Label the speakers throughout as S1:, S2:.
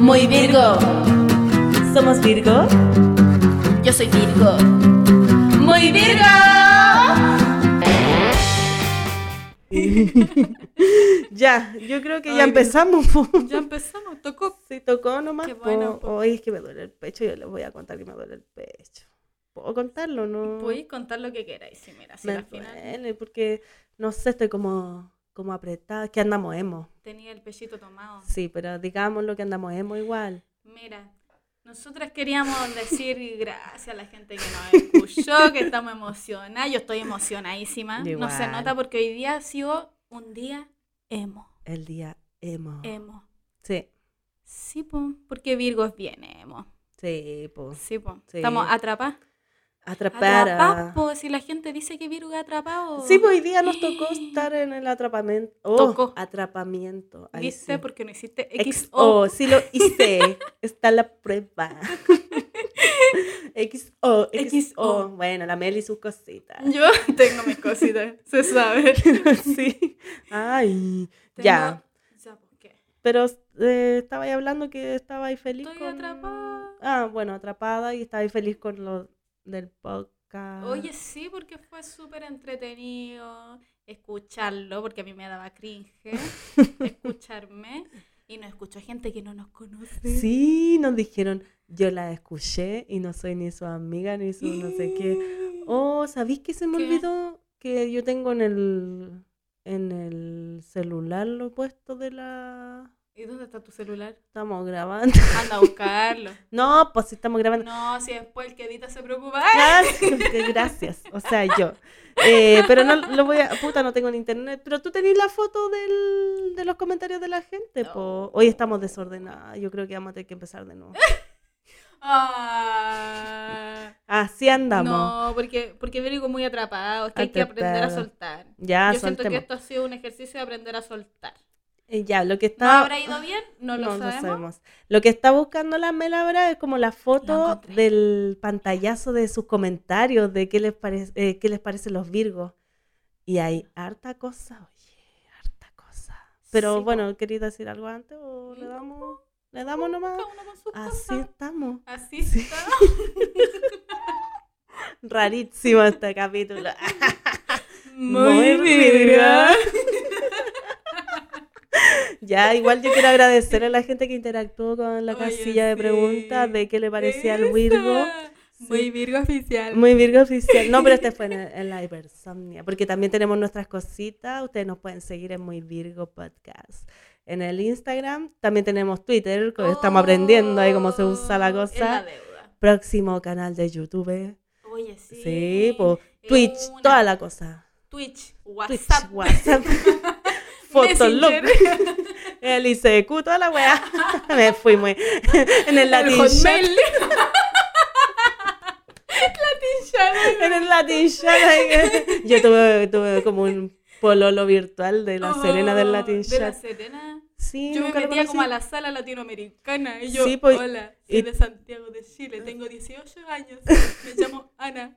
S1: Muy Virgo.
S2: ¿Somos Virgo?
S1: Yo soy Virgo. Muy Virgo.
S2: Ya, yo creo que
S3: Ay,
S2: ya
S3: Dios.
S2: empezamos. po.
S3: Ya empezamos, tocó.
S2: Si tocó nomás.
S3: Qué bueno,
S2: po. Ay, es que me duele el pecho. Yo les voy a contar que me duele el pecho. ¿Puedo contarlo no?
S3: Podéis contar lo que queráis, sí, mira, si
S2: me
S3: al final
S2: duele porque, no sé, estoy como, como apretada. Que andamos emo.
S3: tenía el pellito tomado.
S2: Sí, pero digamos lo que andamos emo igual.
S3: Mira, nosotras queríamos decir gracias a la gente que nos escuchó, que estamos emocionadas. Yo estoy emocionadísima.
S2: Yo
S3: No se
S2: igual.
S3: nota porque hoy día ha sido un día emo.
S2: El día emo.
S3: Emo.
S2: Sí,
S3: Sí, po, porque Virgo es bien emo.
S2: sí, pues.
S3: Sí, po.
S2: Sí.
S3: Estamos atrapados.
S2: Atrapar. a-
S3: Atrapados, po. Si la gente dice que Virgo es atrapado.
S2: Sí, pues hoy día nos tocó estar en el atrapamiento. Oh,
S3: Tocó.
S2: Atrapamiento. Ahí
S3: ¿Viste?
S2: sí.
S3: Porque no hiciste XO.
S2: XO, sí lo hice. Está la prueba. XO, XO.
S3: XO.
S2: Bueno, la Meli y sus cositas.
S3: Yo tengo mis cositas, se sabe.
S2: sí. Ay, ya.
S3: Ya, ¿por qué?
S2: Pero eh, estaba ahí hablando que estaba ahí feliz.
S3: Estoy
S2: con-
S3: atrapada.
S2: Ah, bueno, atrapada y estaba ahí feliz con lo del podcast.
S3: Oye, sí, porque fue súper entretenido escucharlo, porque a mí me daba cringe escucharme. Y no escucho gente que no nos conoce.
S2: Sí, nos dijeron, yo la escuché y no soy ni su amiga ni su no sé qué. Oh, ¿sabéis que se me
S3: ¿Qué?
S2: olvidó? Que yo tengo en el, en el celular lo puesto de la...
S3: ¿Y dónde está tu celular?
S2: Estamos grabando.
S3: Anda a buscarlo.
S2: No, pues sí estamos grabando.
S3: No, si después el que edita se preocupa. ¡Ah!
S2: Gracias, gracias. O sea, yo. Eh, pero no lo voy a... Puta, no tengo en internet. Pero tú tenés la foto del, de los comentarios de la gente. po. Hoy estamos desordenadas. Yo creo que vamos a tener que empezar de nuevo.
S3: Ah.
S2: Así andamos.
S3: No, porque, porque vengo muy atrapado. Es que hay que aprender a
S2: Atrapado.
S3: soltar.
S2: Ya,
S3: Yo siento que
S2: soltemos.
S3: esto ha sido un ejercicio de aprender a soltar.
S2: Eh, Ya, lo que
S3: ¿No
S2: está...
S3: habrá ido bien? No lo sabemos.
S2: Lo que está buscando la Mel ahora es como la
S3: Lo
S2: foto
S3: encontré.
S2: del pantallazo de sus comentarios, de qué les, parece qué les parecen los Virgos. Y hay harta cosa, oye, harta cosa. Pero
S3: Sí, po.
S2: bueno, ¿querías decir algo antes o le
S3: No,
S2: damos, le damos nomás?
S3: pues, Cada uno con sus
S2: Así
S3: cosas.
S2: estamos.
S3: Así está.
S2: Rarísimo este capítulo.
S3: Muy
S2: virga.
S3: virga.
S2: ya, igual yo quiero agradecer a la gente que interactuó con la
S3: Oye,
S2: casilla de
S3: sí.
S2: preguntas de qué le parecía al
S3: Esa.
S2: Virgo.
S3: Muy Virgo oficial.
S2: Muy Virgo oficial. No, pero este fue en, en la hipersomnia, porque también tenemos nuestras cositas. Ustedes nos pueden seguir en Muy Virgo Podcast. En el Instagram también tenemos Twitter, co- estamos aprendiendo ahí cómo se usa la
S3: Oh, es la
S2: cosa.
S3: deuda.
S2: Próximo canal de YouTube.
S3: Oye, sí.
S2: Sí, po.
S3: Es
S2: Twitch,
S3: una-
S2: toda la cosa.
S3: Twitch,
S2: Twitch,
S3: WhatsApp,
S2: WhatsApp, Fotolog,
S3: Messenger,
S2: el ICQ, toda la weá. Me fui muy. en el
S3: el
S2: Latin Chat.
S3: Hotmail. Latin Chat.
S2: En el Latin Chat. Yo tuve, tuve como un pololo virtual de la Serena del
S3: Oh,
S2: Latin
S3: De la
S2: Chat.
S3: Serena.
S2: Sí,
S3: Yo me
S2: nunca lo
S3: metía como a
S2: conocí.
S3: la sala latinoamericana y yo,
S2: Sí, pues,
S3: hola, soy
S2: y-
S3: de Santiago de Chile, tengo 18 años, me llamo Ana.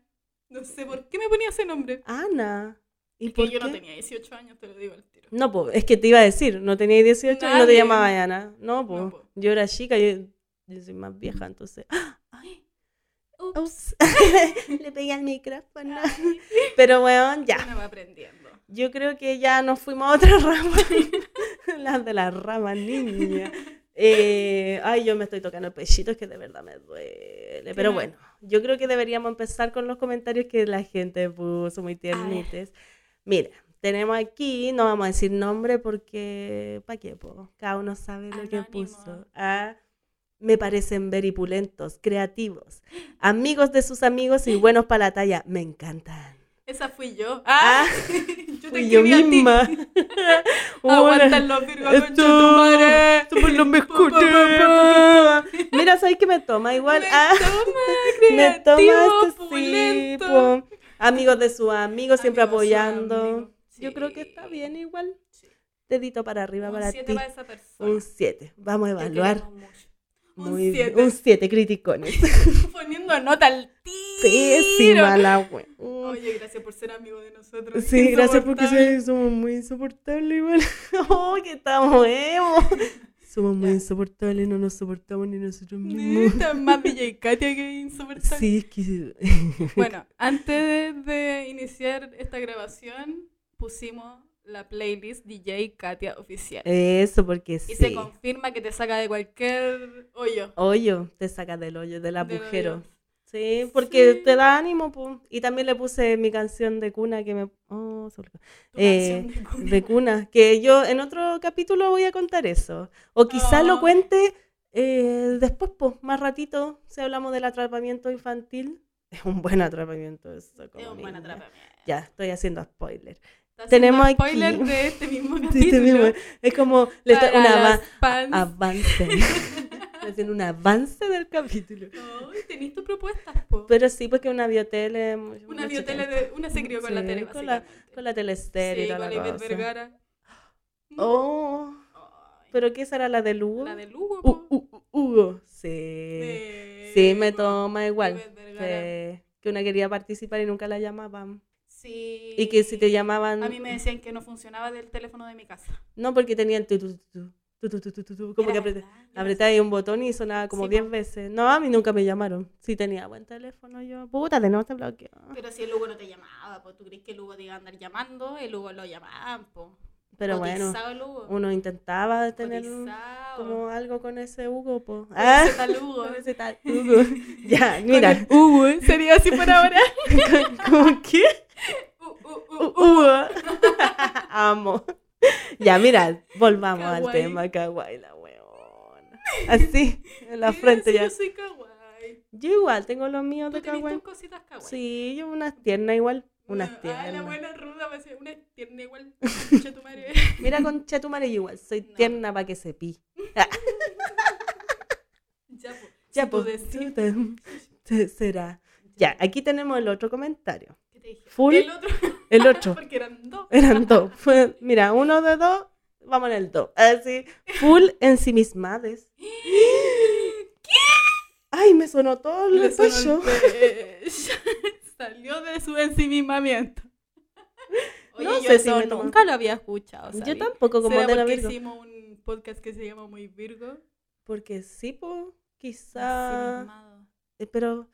S3: No sé por qué me ponía ese nombre.
S2: Ana. ¿Y
S3: Es
S2: por
S3: que yo
S2: qué?
S3: no tenía 18 años, te lo digo al tiro.
S2: No, po, es que te iba a decir, no tenía 18 y no te
S3: Nadie.
S2: llamaba Ana. No, po.
S3: No, po.
S2: Yo era chica, yo, yo soy más vieja, entonces.
S3: Ups,
S2: Ups. Le pegué al micrófono. Pero weón, ya.
S3: uno va aprendiendo.
S2: Yo creo que ya nos fuimos a otra rama. Las de la rama, niña. Eh, ay, yo me estoy tocando el pechito, es que de verdad me duele. Pero
S3: Claro.
S2: bueno, yo creo que deberíamos empezar con los comentarios que la gente puso muy tiernites. Mira, tenemos aquí, no vamos a decir nombre porque, ¿para qué? po? Cada uno sabe lo que
S3: Anónimo.
S2: puso. Ah, me parecen veripulentos, creativos, amigos de sus amigos y buenos para la talla. Me encantan.
S3: Esa fui yo. Ah, yo te
S2: Ah, Fui yo
S3: escribí a ti.
S2: misma. Hola.
S3: Aguantan los virgos, conchetumare.
S2: Somos los Mira, ¿sabes qué me toma? Igual.
S3: Me
S2: ah,
S3: toma,
S2: me toma
S3: creativo,
S2: este sí,
S3: opulento.
S2: po. Amigos de sus amigos, siempre
S3: Amigos son
S2: apoyando.
S3: amigos.
S2: Yo creo que
S3: Sí.
S2: está bien igual.
S3: Sí.
S2: Dedito para arriba
S3: Un
S2: para
S3: 7
S2: ti.
S3: para esa persona.
S2: Un 7. Vamos a
S3: Te
S2: evaluar.
S3: queremos mucho. Un
S2: Muy bien.
S3: 7.
S2: Un 7, criticones.
S3: poniendo nota al tiro.
S2: Pésima la wea.
S3: Oye, gracias por ser amigo de nosotros.
S2: Sí, gracias porque
S3: Insoportable.
S2: soy- somos muy insoportables igual. ¡Oh, que estamos emo! Somos muy insoportables, no nos soportamos ni nosotros mismos.
S3: Esta es más DJ Katia que insoportable.
S2: Sí, es que...
S3: Bueno, antes de, de iniciar esta grabación, pusimos la playlist DJ Katia oficial.
S2: Eso, porque
S3: y
S2: sí.
S3: se confirma que te saca de cualquier hoyo.
S2: Hoyo, te saca del hoyo, del
S3: del
S2: agujero.
S3: hoyo.
S2: Sí, porque
S3: Sí.
S2: te da ánimo, po. Y también le puse mi canción de cuna que me... Oh, se olvidó.
S3: Tu
S2: Eh,
S3: canción de cuna.
S2: de cuna, que yo en otro capítulo voy a contar eso. O quizás lo
S3: Oh.
S2: cuente eh, después, po, más ratito, si hablamos del atrapamiento infantil. Es un buen atrapamiento eso. como
S3: Es un buen
S2: niña.
S3: atrapamiento.
S2: Ya, estoy haciendo spoiler.
S3: Está haciendo
S2: Tenemos
S3: spoiler
S2: aquí-
S3: de este mismo
S2: Sí,
S3: capítulo.
S2: este mismo- es como le estoy-
S3: para
S2: un
S3: las
S2: ava-
S3: fans.
S2: avance. Estoy haciendo un avance del capítulo.
S3: Ay, tenés tus propuestas, po.
S2: Pero sí, porque una biotele. es mu-
S3: Una
S2: mucho
S3: biotele
S2: tiempo.
S3: de... Una se crió con la
S2: Sí,
S3: tele,
S2: con la-
S3: básicamente.
S2: Con la telestéreo
S3: Sí,
S2: y toda
S3: con la
S2: la
S3: Ivette
S2: cosa.
S3: Vergara.
S2: Oh,
S3: Ay,
S2: pero ¿qué será la del Hugo?
S3: la de Lugo,
S2: U-
S3: po.
S2: U- U- Hugo. Sí.
S3: De-
S2: Sí, me toma igual.
S3: Ivette Vergara.
S2: Que, que una quería participar y nunca la llamaban.
S3: Sí.
S2: Y que si te llamaban.
S3: A mí me decían que no funcionaba del teléfono de mi casa.
S2: No, porque tenían. Tu, tu, tu, tu, tu, tu, tu, tu, tu, como que
S3: Era
S2: apreté.
S3: verdad, yo
S2: Apreté ahí un botón y sonaba como
S3: Sí,
S2: 10
S3: po.
S2: veces. No, a mí nunca me llamaron. Sí tenía buen teléfono yo. Puta, de nuevo te bloqueo.
S3: Pero si el Hugo no te llamaba, pues tú crees que el Hugo te iba a andar llamando, el Hugo lo llamaban, pues.
S2: Pero bueno,
S3: el Hugo.
S2: uno intentaba tener un-
S3: Cotizado.
S2: como algo con ese Hugo, po.
S3: Con
S2: Ah,
S3: ese tal Hugo.
S2: con ese tal Hugo. ya, mira.
S3: Uh, sería así por ahora.
S2: ¿Con qué?
S3: Uh, uh, uh,
S2: U-
S3: uh.
S2: Hugo. Amo. Ya, mira, volvamos al
S3: Kawaii.
S2: tema, kawaii, la weona. Así, en la frente
S3: Sí,
S2: ya.
S3: Yo soy kawaii.
S2: Yo igual tengo los míos
S3: Tú
S2: de
S3: tenés
S2: kawaii.
S3: tus cositas kawaii.
S2: Sí, yo unas tiernas igual. Unas
S3: Ay, la
S2: tiernas.
S3: buena ruda me decía, una tierna igual. Concha tu madre.
S2: Mira con chatumare yo igual, soy
S3: No.
S2: tierna para que se pi.
S3: Ya, pues.
S2: Ya,
S3: si tú
S2: pues,
S3: decís-
S2: chuta, se- será. Ya, aquí tenemos el otro comentario.
S3: ¿Qué te dije?
S2: Full.
S3: El otro,
S2: El otro.
S3: porque eran dos.
S2: Eran dos. Fue- mira, uno de dos, vamos en el dos. Así, full ensimismades. Ay, me sonó todo
S3: Le
S2: el
S3: sonó
S2: pecho.
S3: el eh, pecho. Salió de su ensimismamiento. Oye,
S2: No
S3: yo
S2: sé si
S3: eso
S2: me toma-
S3: nunca lo había escuchado.
S2: Yo tampoco como
S3: ¿Será
S2: de la
S3: porque
S2: Virgo.
S3: hicimos un podcast que se llama Muy Virgo.
S2: Porque sí, pues, quizá.
S3: Ensimismado.
S2: Eh, Pero,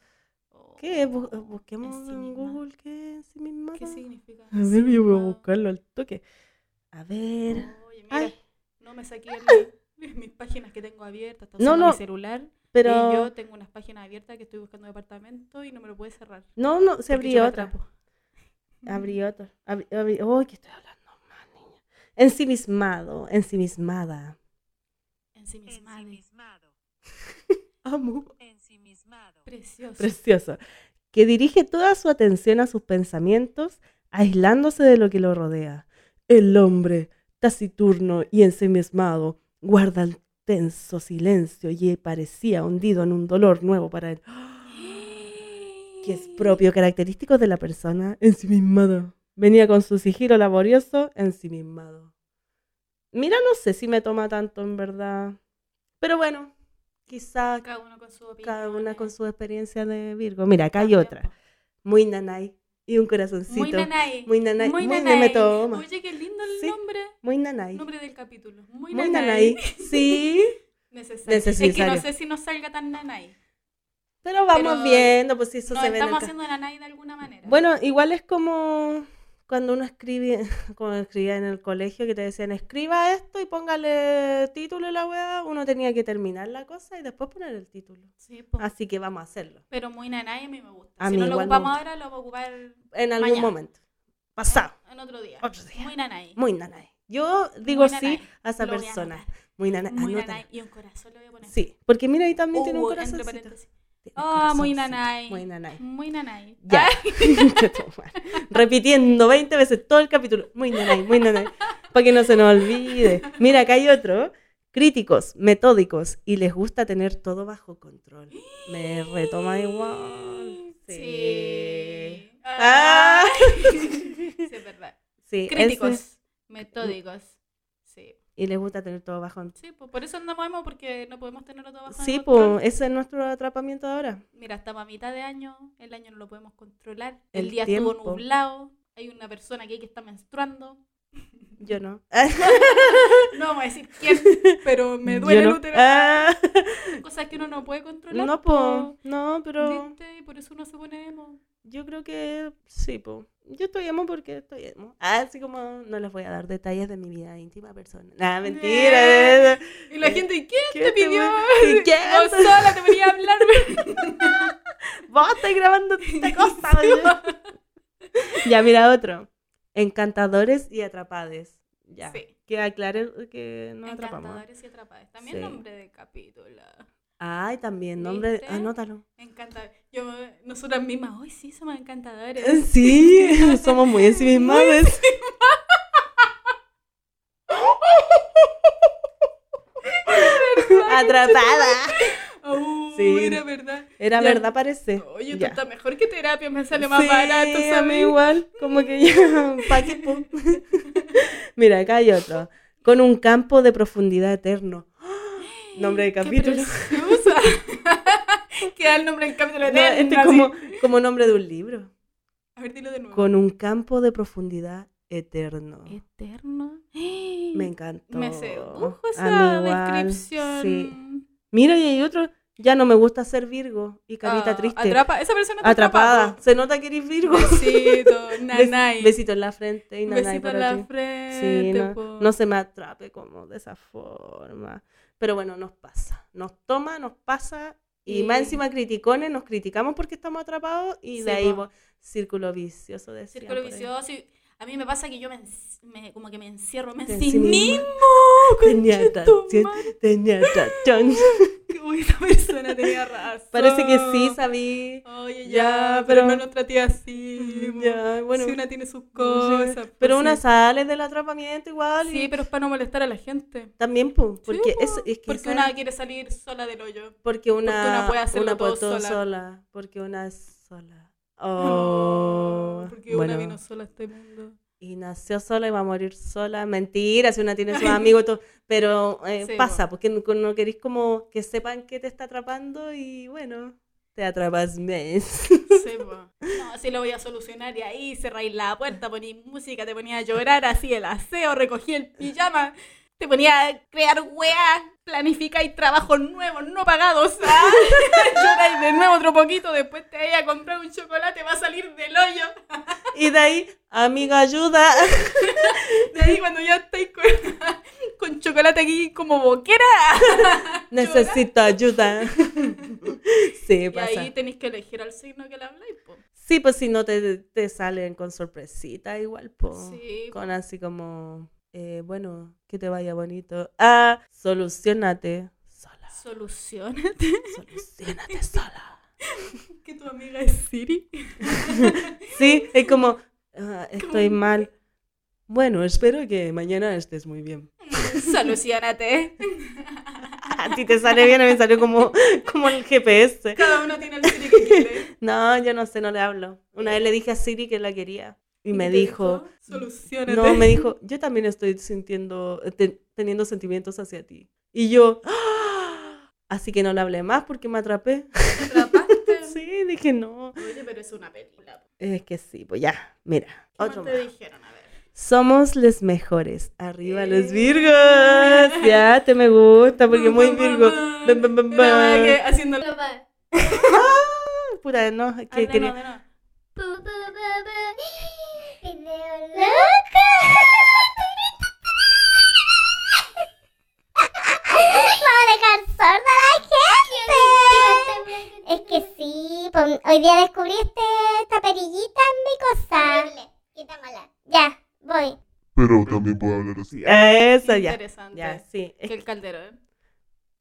S3: Oh,
S2: ¿qué? Bu- eh, busquemos en
S3: ensimismado.
S2: Google qué es ensimismada.
S3: ¿Qué significa?
S2: A ver, yo voy a
S3: ensimismado?
S2: buscarlo al toque. A ver.
S3: Oye, mira,
S2: Ay,
S3: no me saqué el- mis páginas que tengo abiertas. Está
S2: No,
S3: usando
S2: no,
S3: mi celular. Y
S2: pero.
S3: yo tengo unas páginas abiertas que estoy buscando departamento y no me lo puede cerrar.
S2: No, no, se
S3: porque yo
S2: abrió
S3: me
S2: otra.
S3: atrapo.
S2: Abrió otra. Abri, abri- Uy, ¿qué estoy hablando mal, niña? Ensimismado, ensimismada.
S3: Ensimismado.
S4: Ensimismado.
S2: Amo.
S4: Ensimismado.
S3: Precioso.
S2: Precioso. Que dirige toda su atención a sus pensamientos, aislándose de lo que lo rodea. El hombre, taciturno y ensimismado, guarda el tenso silencio y parecía hundido en un dolor nuevo para él, que es propio característico de la persona ensimismada. Venía con su sigilo laborioso, ensimismado. Mira, no sé si me toma tanto en verdad. Pero bueno, quizá
S3: Cada uno con su opinión. eh.
S2: cada una con su experiencia de Virgo. Mira, acá hay otra. Muy nanay y un corazoncito.
S3: Muy nanay.
S2: Muy nanay. Muy nanay. me toma.
S3: Oye, qué lindo el
S2: Sí.
S3: nombre.
S2: Muy nanay.
S3: Nombre del capítulo. Muy,
S2: Muy
S3: nanay.
S2: nanay. Sí,
S3: Necesario. Es que no
S2: Necesario.
S3: sé si nos salga tan nanay.
S2: pero vamos
S3: Pero
S2: viendo, pues si eso
S3: Nos
S2: se ve. en el
S3: estamos
S2: ca-
S3: haciendo nanay de alguna manera.
S2: Bueno, igual es como cuando uno escribe, como escribía en el colegio, que te decían, escriba esto y póngale título y la weá, uno tenía que terminar la cosa y después poner el título.
S3: Sí, po.
S2: Así que vamos a hacerlo.
S3: Pero muy nanay a mí me gusta.
S2: A
S3: si
S2: mí
S3: no lo
S2: igual me
S3: ocupamos
S2: gusta.
S3: ahora, lo vamos a ocupar
S2: En algún
S3: Mañana.
S2: momento. Pasado.
S3: en otro día.
S2: Otro día.
S3: Muy nanay.
S2: Muy nanay. Yo digo sí
S3: nanay.
S2: a esa
S3: Lo voy a
S2: persona.
S3: anotar.
S2: Muy nanay.
S3: Muy
S2: anótala.
S3: nanay. Y un corazón lo voy a poner.
S2: Sí, porque mira, ahí también tiene un
S3: Uh, entre
S2: corazoncito.
S3: paréntesis.
S2: Tiene un
S3: Ah, muy
S2: corazoncito,
S3: nanay.
S2: Muy nanay.
S3: Muy nanay.
S2: Ya.
S3: Ah,
S2: Qué toma. Repitiendo 20 veces todo el capítulo. Muy nanay, muy nanay. Para que no se nos olvide. Mira, acá hay otro. Críticos, metódicos y les gusta tener todo bajo control. Me Eh, retoma igual. Sí.
S3: Sí.
S2: Ah.
S3: Sí, es verdad.
S2: Sí, ese-
S3: Críticos, metódicos. Sí.
S2: Y les gusta tener todo bajo control.
S3: Sí, pues por eso andamos emo, porque no podemos tenerlo todo bajo
S2: Sí,
S3: control.
S2: pues ese es nuestro atrapamiento de ahora.
S3: Mira, estamos a mitad de año, el año no lo podemos controlar. El,
S2: El
S3: día estuvo
S2: tiempo.
S3: nublado, hay una persona aquí que está menstruando.
S2: Yo no.
S3: No vamos a decir quién, pero me duele
S2: Yo
S3: el
S2: no.
S3: útero.
S2: Ah,
S3: Cosas que uno no puede controlar.
S2: no,
S3: po.
S2: po. No, pero
S3: ¿Viste? Y por eso uno se pone emo.
S2: yo creo que sí, po. Yo estoy emo porque estoy emo. Ah, Así como no les voy a dar detalles de mi vida íntima personal. Ah, mentira.
S3: Y la
S2: Eh,
S3: gente, ¿y ¿quién
S2: ¿qué
S3: te
S2: te
S3: pidió?
S2: voy- ¿Y quién
S3: Vos
S2: te-
S3: sola te venía a hablarme.
S2: Vos estás grabando esta cosa. ya, mira otro. Encantadores y atrapades. Ya.
S3: Sí.
S2: Que aclare que no atrapamos.
S3: Encantadores y atrapadas. También
S2: Sí.
S3: nombre de capítulo.
S2: Ay, también, nombre.
S3: ¿Viste?
S2: Anótalo.
S3: Encantador. Yo, nosotras mismas, hoy sí somos encantadores.
S2: Sí, somos muy ensimismadas. Atrapada.
S3: Oh,
S2: Ah, Sí.
S3: Era verdad.
S2: Era
S3: Ya.
S2: verdad, parece.
S3: Oye, tú
S2: Ya.
S3: estás mejor que terapia, me sale más
S2: Sí,
S3: barato,
S2: a mí
S3: ¿sabes?
S2: igual, como que ya, pa' qué, po. Mira, acá hay otro. Con un campo de profundidad eterno. Nombre de
S3: ¡Qué
S2: capítulo.
S3: preciosa! Queda el nombre del capítulo
S2: No,
S3: eterno,
S2: este es
S3: así.
S2: como, como nombre de un libro.
S3: A ver, dilo de nuevo.
S2: Con un campo de profundidad eterno.
S3: Eterno.
S2: Me encantó.
S3: Me sedujo
S2: A
S3: esa
S2: mí igual,
S3: descripción.
S2: sí. Mira, y hay otro. Ya no me gusta ser Virgo y carita
S3: Ah,
S2: triste.
S3: Atrapa, esa persona está
S2: Atrapada.
S3: atrapada.
S2: Se nota que eres Virgo.
S3: Besito,
S2: Bes-
S3: nanay.
S2: Besito en la frente y nanay
S3: Besito
S2: por
S3: en la
S2: aquí. Sí,
S3: frente. po.
S2: no, no se me atrape como de esa forma. Pero bueno, nos pasa. Nos toma, nos pasa. Y
S3: Y-
S2: más encima criticones, nos criticamos porque estamos atrapados y de
S3: Sí,
S2: ahí
S3: po.
S2: vo- círculo vicioso de
S3: Círculo vicioso. y A mí me pasa que yo me, ens- me- como que me encierro, me
S2: Sí,
S3: ensimismo.
S2: Tenía
S3: conchetumare.
S2: razón, tenía razón.
S3: Uy, esa persona tenía razón.
S2: Parece que sí, sabí.
S3: Oye, ya,
S2: Ya,
S3: pero,
S2: pero-
S3: no nos traté así.
S2: Ya, bueno.
S3: si una tiene sus
S2: no sé.
S3: cosas.
S2: pero
S3: pues
S2: una
S3: sí.
S2: sale del atrapamiento igual. y
S3: Sí, pero es para no molestar a la gente.
S2: También, pum, porque
S3: po,
S2: es, es que
S3: porque
S2: esa-
S3: una quiere salir sola del hoyo.
S2: Porque una,
S3: una puede hacerlo
S2: una
S3: todo
S2: puede todo
S3: sola.
S2: sola. Porque una es sola. Oh,
S3: Porque
S2: bueno,
S3: una vino sola a este mundo.
S2: Y nació sola y va a morir sola. Mentira, si una tiene sus amigos, y todo. Pero eh,
S3: Sí,
S2: pasa, porque no, no querís como que sepan que te está atrapando y bueno, te atrapas mes.
S3: Sí, po. No, así lo voy a solucionar. Y ahí cerráis la puerta, poní música, te ponía a llorar, así el aseo, recogí el pijama, te ponía a crear weas, planificáis trabajos nuevos, no pagados. ¿ah? Lloráis de nuevo otro poquito, después te vais a comprar un chocolate, va a salir del hoyo.
S2: y de ahí, amiga, ayuda.
S3: De ahí cuando ya estáis con, con chocolate aquí como boquera.
S2: Necesito ayuda. sí,
S3: Y
S2: pasa.
S3: ahí tenéis que elegir al signo que le habláis, po.
S2: Sí, pues si no te, te salen con sorpresita igual, pues.
S3: Sí, po.
S2: Con así como, eh, bueno, que te vaya bonito. Ah, solucionate sola.
S3: Solucionate.
S2: Solucionate sola.
S3: Que tu amiga es Siri.
S2: Sí, es como, ah, estoy mal. Bueno, espero que mañana estés muy bien.
S3: Solucionate.
S2: A ti te sale bien, a mí me salió como, como el GPS.
S3: Cada uno tiene el Siri que quiere.
S2: No, yo no sé, no le hablo. Una vez le dije a Siri que la quería. Y me
S3: te
S2: dijo,
S3: Solucionate.
S2: No, me dijo, yo también estoy sintiendo, te- teniendo sentimientos hacia ti. Y yo, ¡ah! así que no le hablé más porque me atrapé.
S3: ¿Te atrapaste?
S2: Sí, dije no.
S3: Oye, pero es una película. po.
S2: Es que sí, pues ya, mira,
S3: ¿Qué
S2: otro
S3: más te
S2: más.
S3: dijeron? A ver.
S2: Somos los mejores. Arriba los
S3: Eh.
S2: virgos. Ya, te me gusta porque muy virgo. Bam, bam, bam,
S3: Era la
S2: bam.
S3: que haciendo...
S2: Puta, no, es que
S3: Ah, de
S2: quería-
S3: no, de no.
S4: Video loco. Vamos a dejar sorda a la gente. Es que sí, pon- hoy día descubrí este- esta perillita en mi cosa. Ya, voy.
S5: pero también puedo hablar así.
S2: Eso, ya.
S3: Interesante.
S2: Ya, sí. Es
S3: Que el caldero, ¿eh?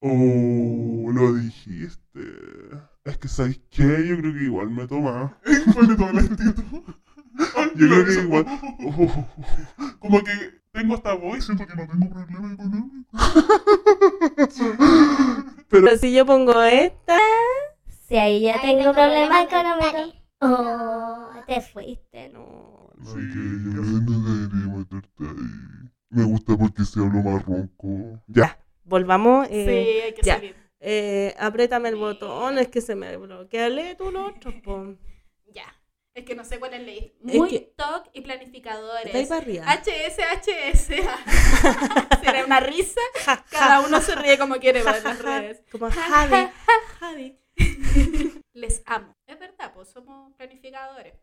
S5: Oh, lo dijiste. Es que, ¿sabes qué? Yo creo que igual me toma. Igual me toma, Yo creo que igual. como que tengo esta voz, siento que no tengo problema económico.
S2: Pero si yo pongo esta,
S6: Si ahí ya tengo problemas económicos.
S4: Oh, te fuiste.
S2: no.
S5: Así que yo creo que no debería meterte ahí. Me gusta porque se hablo más ronco. Ya.
S2: Volvamos.
S3: Sí,
S2: eh,
S3: hay que
S2: ya.
S3: salir.
S2: eh, apriétame el botón, es que se me bloquea. Lee tú los otros, po.
S3: Ya. Es que no sé cuál es ley.
S2: Es
S3: Muy
S2: que-
S3: toc y
S2: Estáis
S3: planificadores.
S2: barriada.
S3: HS, HS. Será una risa. Cada uno se ríe como quiere para las redes.
S2: Como Javi. Javi.
S3: Les amo. Es verdad, pues somos planificadores.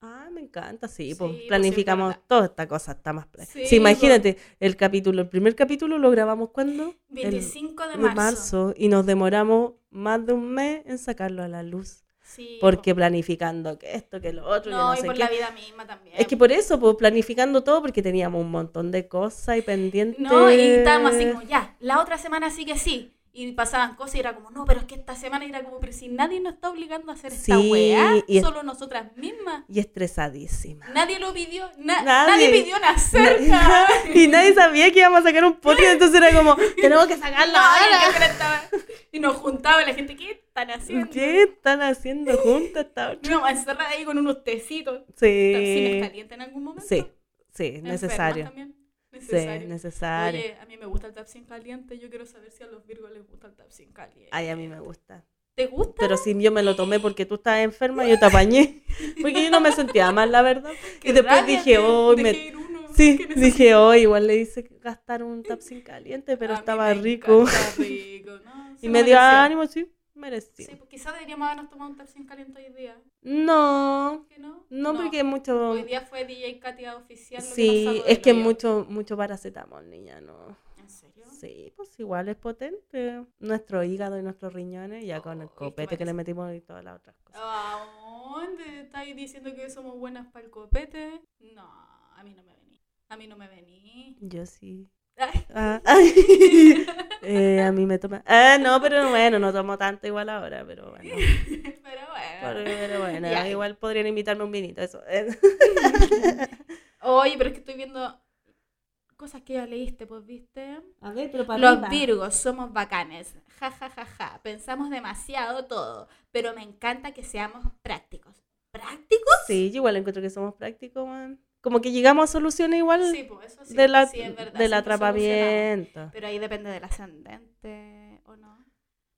S2: Ah, me encanta, sí,
S3: Sí,
S2: pues
S3: pues, sí,
S2: planificamos
S3: es verdad.
S2: toda esta cosa, está más plan-
S3: Sí,
S2: Sí, imagínate, el capítulo, el primer capítulo lo grabamos cuando? El
S3: 25 de
S2: de
S3: marzo.
S2: marzo, y nos demoramos más de un mes en sacarlo a la luz,
S3: Sí,
S2: porque planificando que esto, que lo
S3: po.
S2: otro,
S3: No,
S2: que
S3: y
S2: no
S3: por
S2: sé
S3: la
S2: qué.
S3: vida misma también.
S2: Es que por eso, pues planificando todo, porque teníamos un montón de cosas y pendientes.
S3: No, y estábamos así como, ya, la otra semana sí que sí. Y pasaban cosas y era como, no, pero es que esta semana y era como, pero si nadie nos está obligando a hacer esta
S2: Sí,
S3: weá,
S2: y es-
S3: solo nosotras mismas.
S2: Y estresadísima.
S3: Nadie lo pidió, na- nadie.
S2: Nadie.
S3: pidió nacer, cabrón.
S2: y nadie sabía que íbamos a sacar un podcast, entonces era como, tenemos que
S3: No,
S2: sacarlo
S3: y
S2: ahora.
S3: el que estaba- Y nos juntaba la gente, ¿qué están haciendo?
S2: ¿Qué están haciendo juntas? esta otra?
S3: Nos íbamos a encerrar ahí con unos tecitos.
S2: Sí.
S3: Si me calienta en algún momento.
S2: Sí, sí,
S3: Enfermas
S2: necesario.
S3: también,
S2: Sí,
S3: Necesario.
S2: necesario.
S3: Oye, a mí me gusta el tap sin caliente. Yo quiero saber si a los Virgos les gusta el tap sin caliente.
S2: Ay, a mí me gusta.
S3: ¿Te gusta?
S2: Pero si yo me lo tomé porque tú estabas enferma, yo te apañé. Porque yo no me sentía mal, la verdad.
S3: Qué
S2: Y después
S3: rabia,
S2: dije,
S3: te-
S2: oh, me...
S3: dejé ir uno,
S2: Sí,
S3: que necesito".
S2: dije, oh, igual le hice gastar un tap sin caliente, pero
S3: A mí me
S2: estaba rico.
S3: encanta rico, ¿no? Ah, Se
S2: Y
S3: lo
S2: me dio
S3: merecía.
S2: ánimo, sí,
S3: Sí,
S2: merecido.
S3: pues quizás deberíamos habernos tomado un tap sin caliente hoy día.
S2: No,
S3: ¿Por qué no?
S2: no porque mucho...
S3: Hoy día fue DJ Katia oficial. lo nos
S2: Sí,
S3: sacó
S2: es
S3: del
S2: que
S3: hoyo.
S2: mucho, mucho paracetamol, niña, no.
S3: ¿En serio?
S2: Sí, pues igual es potente. Nuestro hígado y nuestros riñones, ya con el
S3: Oh, qué Ah.
S2: copete que le
S3: parece.
S2: metimos y todas las otras cosas.
S3: ¿A dónde estáis diciendo que somos buenas para el copete? No, a mí no me vení. A mí no me vení.
S2: Yo sí.
S3: Ay.
S2: Ah, ay. Eh, a mí me toma. Ah, no, pero bueno, no tomo tanto igual ahora, pero bueno.
S3: Pero
S2: Pero,
S3: bueno.
S2: pero bueno,
S3: Ya.
S2: igual podrían invitarme un vinito, eso. eh,
S3: Oye, pero es que estoy viendo cosas que ya leíste, pues, ¿viste?
S2: A ver, pero
S3: Los Virgos somos bacanes. Ja, ja, ja, ja. Pensamos demasiado todo. Pero me encanta que seamos prácticos. ¿Prácticos?
S2: Sí, yo igual encuentro que somos prácticos, man. Como que llegamos a soluciones igual
S3: Sí, pues eso sí.
S2: de la-
S3: sí, es verdad,
S2: del
S3: siempre solucionamos.
S2: atrapamiento.
S3: Pero ahí depende del ascendente o no.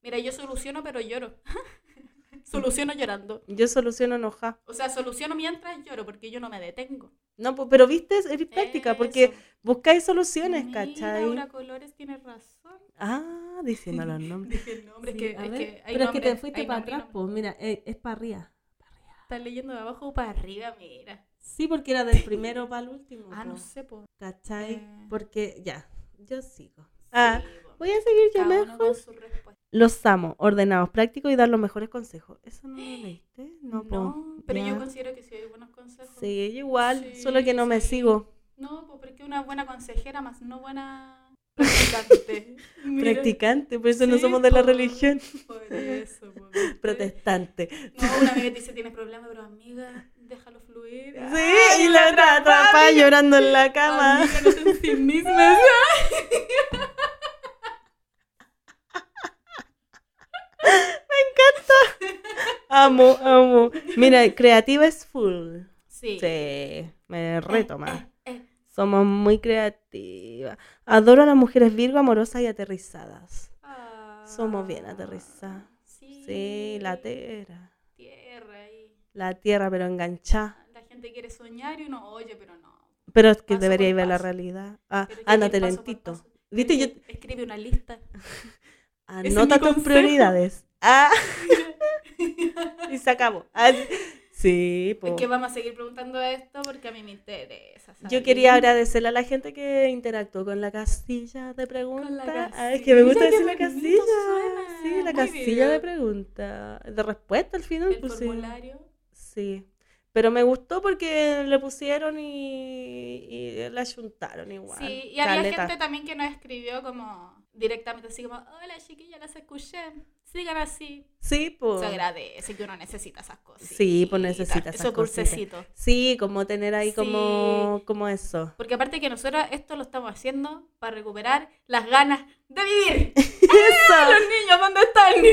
S3: Mira, yo soluciono, pero lloro. soluciono llorando.
S2: Yo soluciono enoja.
S3: O sea, soluciono mientras lloro porque yo no me detengo.
S2: No, pues, pero viste, eres práctica, porque
S3: Eso.
S2: buscáis soluciones,
S3: Mira,
S2: ¿cachai?
S3: Laura Colores tiene razón.
S2: Ah, diciendo los nombres.
S3: Dije el nombre, es que, es que hay
S2: pero es que te
S3: nombres,
S2: fuiste
S3: hay
S2: para
S3: nombres y nombres.
S2: atrás, pues mira, es, para arriba.
S3: Estás leyendo de abajo o para arriba, mira.
S2: Sí, porque era del primero para el último.
S3: Ah, no
S2: po,
S3: sé, pues.
S2: ¿Cachai?
S3: Eh.
S2: Porque ya, yo sigo. Mm. Ah, voy a seguir yo
S3: Cada uno
S2: mejor.
S3: con su respuesta.
S2: Los amo, ordenados, prácticos y dar los mejores consejos. ¿Eso no lo leíste? No, po.
S3: No, pero
S2: ya.
S3: yo considero que sí hay buenos consejos.
S2: Sí, yo igual,
S3: Sí,
S2: solo que no me
S3: sí.
S2: sigo.
S3: No, pues porque una buena consejera más no buena practicante. Mira,
S2: Practicante, por eso no
S3: Sí,
S2: somos de la
S3: po.
S2: religión.
S3: Por eso, po, ¿viste?
S2: Protestante.
S3: No, una amiga te dice tienes problemas, pero amiga, déjalo fluir. Ah,
S2: Sí, y la otra atrapada llorando en la cama.
S3: Amiga, no te ensimismes.
S2: Amo, amo. Mira, creativa es full.
S3: Sí.
S2: Sí, me retoma.
S3: eh.
S2: Somos muy creativas. Adoro a las mujeres virgo amorosas y aterrizadas.
S3: Ah,
S2: Somos bien aterrizadas.
S3: Sí.
S2: Sí, la tierra.
S3: Tierra y
S2: La tierra, pero enganchada.
S3: la gente quiere soñar y uno oye, pero no.
S2: Pero es que
S3: Paso
S2: debería
S3: por
S2: ver la
S3: paso.
S2: realidad. Ah,
S3: Pero hay que
S2: ándate
S3: ir paso por
S2: lentito.
S3: paso.
S2: ¿Viste? Yo,
S3: Escribe- Escribe una lista. es mi
S2: anota tus
S3: consejo.
S2: prioridades. Ah. y se acabó. Ah, sí, po.
S3: Es que vamos a seguir preguntando esto porque a mí me interesa. ¿sabes?
S2: Yo quería agradecerle a la gente que interactuó con la casilla de preguntas. Ah, es que
S3: casilla,
S2: me gusta
S3: qué
S2: decir la
S3: bonito
S2: casilla.
S3: suena.
S2: Sí, la
S3: Muy
S2: casilla
S3: bien.
S2: de preguntas. De respuesta al final.
S3: El
S2: pues, sí.
S3: formulario.
S2: Sí. Pero me gustó porque le pusieron y, y la juntaron igual.
S3: Sí, y había
S2: Caleta.
S3: gente también que nos escribió como directamente así como, hola chiquilla, las escuché, sigan así.
S2: Sí, pues.
S3: Se agradece que uno necesita esas cosas.
S2: Sí, pues, necesita esas
S3: esos cursecitos.
S2: Sí, como tener ahí como, como eso.
S3: Porque aparte que nosotros esto lo estamos haciendo para recuperar las ganas de vivir. ¡Ah,
S2: ¡Eso!
S3: los niños, ¿dónde están?
S2: ¡Eh,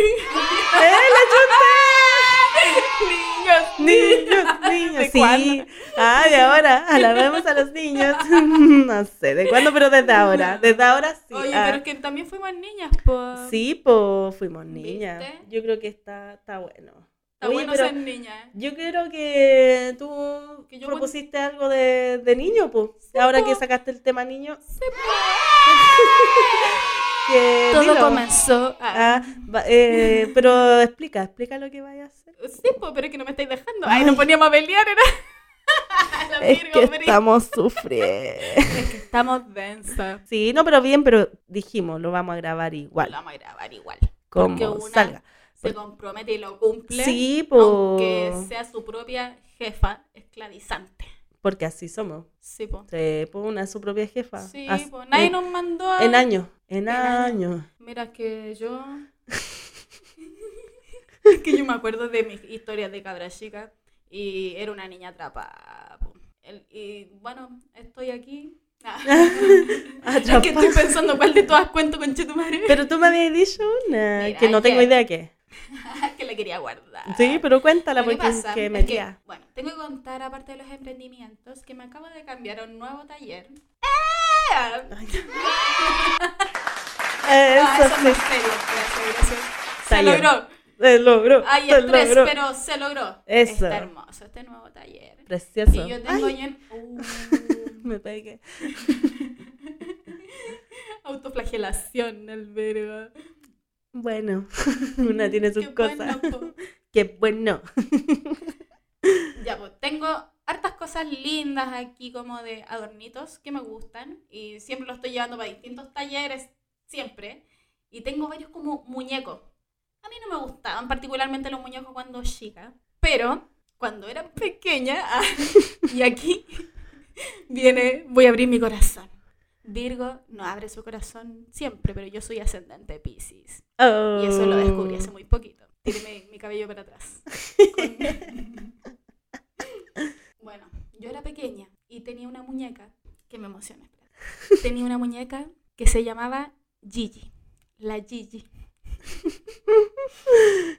S3: niños,
S2: los niños! Niños,
S3: ¿De
S2: sí.
S3: cuándo?
S2: Ah, de ahora. Alabemos a los niños. no sé de cuándo, pero desde ahora. Desde ahora sí.
S3: Oye,
S2: Ah.
S3: pero es que también fuimos niñas, pues.
S2: Sí, pues fuimos niñas.
S3: ¿Viste?
S2: Yo creo que está, está bueno.
S3: Está
S2: Oye,
S3: bueno
S2: pero-
S3: ser niña. ¿eh?
S2: Yo creo que tú
S3: Que yo
S2: propusiste algo de, de niño, pues. Ahora que sacaste el tema niño. que
S1: Todo
S2: dilo.
S1: comenzó.
S3: Ah.
S2: Ah, va- eh, pero explica, explica lo que vaya a hacer.
S3: Sí, po, pero es que no me estáis dejando. Ay, nos poníamos a pelear, era. La Virgo, Pri.
S2: sufriendo.
S3: estamos densas.
S2: Sí, no, pero bien, pero dijimos, lo vamos a grabar
S3: Lo
S2: igual,
S3: vamos a grabar igual. porque
S2: como
S3: una-
S2: salga.
S3: Se compromete y lo cumple.
S2: Sí, po,
S3: Aunque sea su propia jefa esclavizante.
S2: porque así somos.
S3: Sí, po.
S2: Se pone una su propia jefa.
S3: Sí,
S2: Así-
S3: po. Nadie
S2: en,
S3: nos mandó a...
S2: en años, en,
S3: En años.
S2: años.
S3: Mira que yo... Es que yo me acuerdo de mis historias de cabra chica y era una niña atrapada. po. El- y bueno, estoy aquí. Ah. Es que estoy pensando cuál de todas cuento con Chetumare.
S2: Pero tú me habías dicho una,
S3: Mira,
S2: que no tengo
S3: que-
S2: idea qué.
S3: que la quería guardar.
S2: Sí, pero cuéntala
S3: Lo que
S2: porque es
S3: Ah, pasa
S2: que
S3: es
S2: me
S3: que,
S2: tía.
S3: bueno, tengo que contar, aparte de los emprendimientos, que me acabo de cambiar a un nuevo taller. ¡Ah! Ah, eso
S2: Eso sí,
S3: fue serio, gracias, gracias. Se
S2: Está bien.
S3: logró.
S2: se logró.
S3: Hay
S2: se
S3: estrés,
S2: logró.
S3: pero se logró.
S2: Eso.
S3: Está hermoso este nuevo taller.
S2: Precioso.
S3: Y yo tengo
S2: Ay,
S3: ya en- Uh,
S2: me pegué.
S3: autoflagelación, el verbo.
S2: Bueno, una tiene sus
S3: Qué
S2: cosas.
S3: bueno, po.
S2: Qué bueno.
S3: Ya, pues tengo hartas cosas lindas aquí como de adornitos que me gustan y siempre los estoy llevando para distintos talleres, siempre. Y tengo varios como muñecos. A mí no me gustaban particularmente los muñecos cuando chica, pero cuando era pequeña, ah, y aquí viene, voy a abrir mi corazón. Virgo no abre su corazón siempre, pero yo soy ascendente Pisces. Y eso lo descubrí
S2: Oh.
S3: hace muy poquito. Tiré mi, mi cabello para atrás. Con- bueno, yo era pequeña y tenía una muñeca que me emociona. espera. Tenía una muñeca que se llamaba Gigi. La Gigi.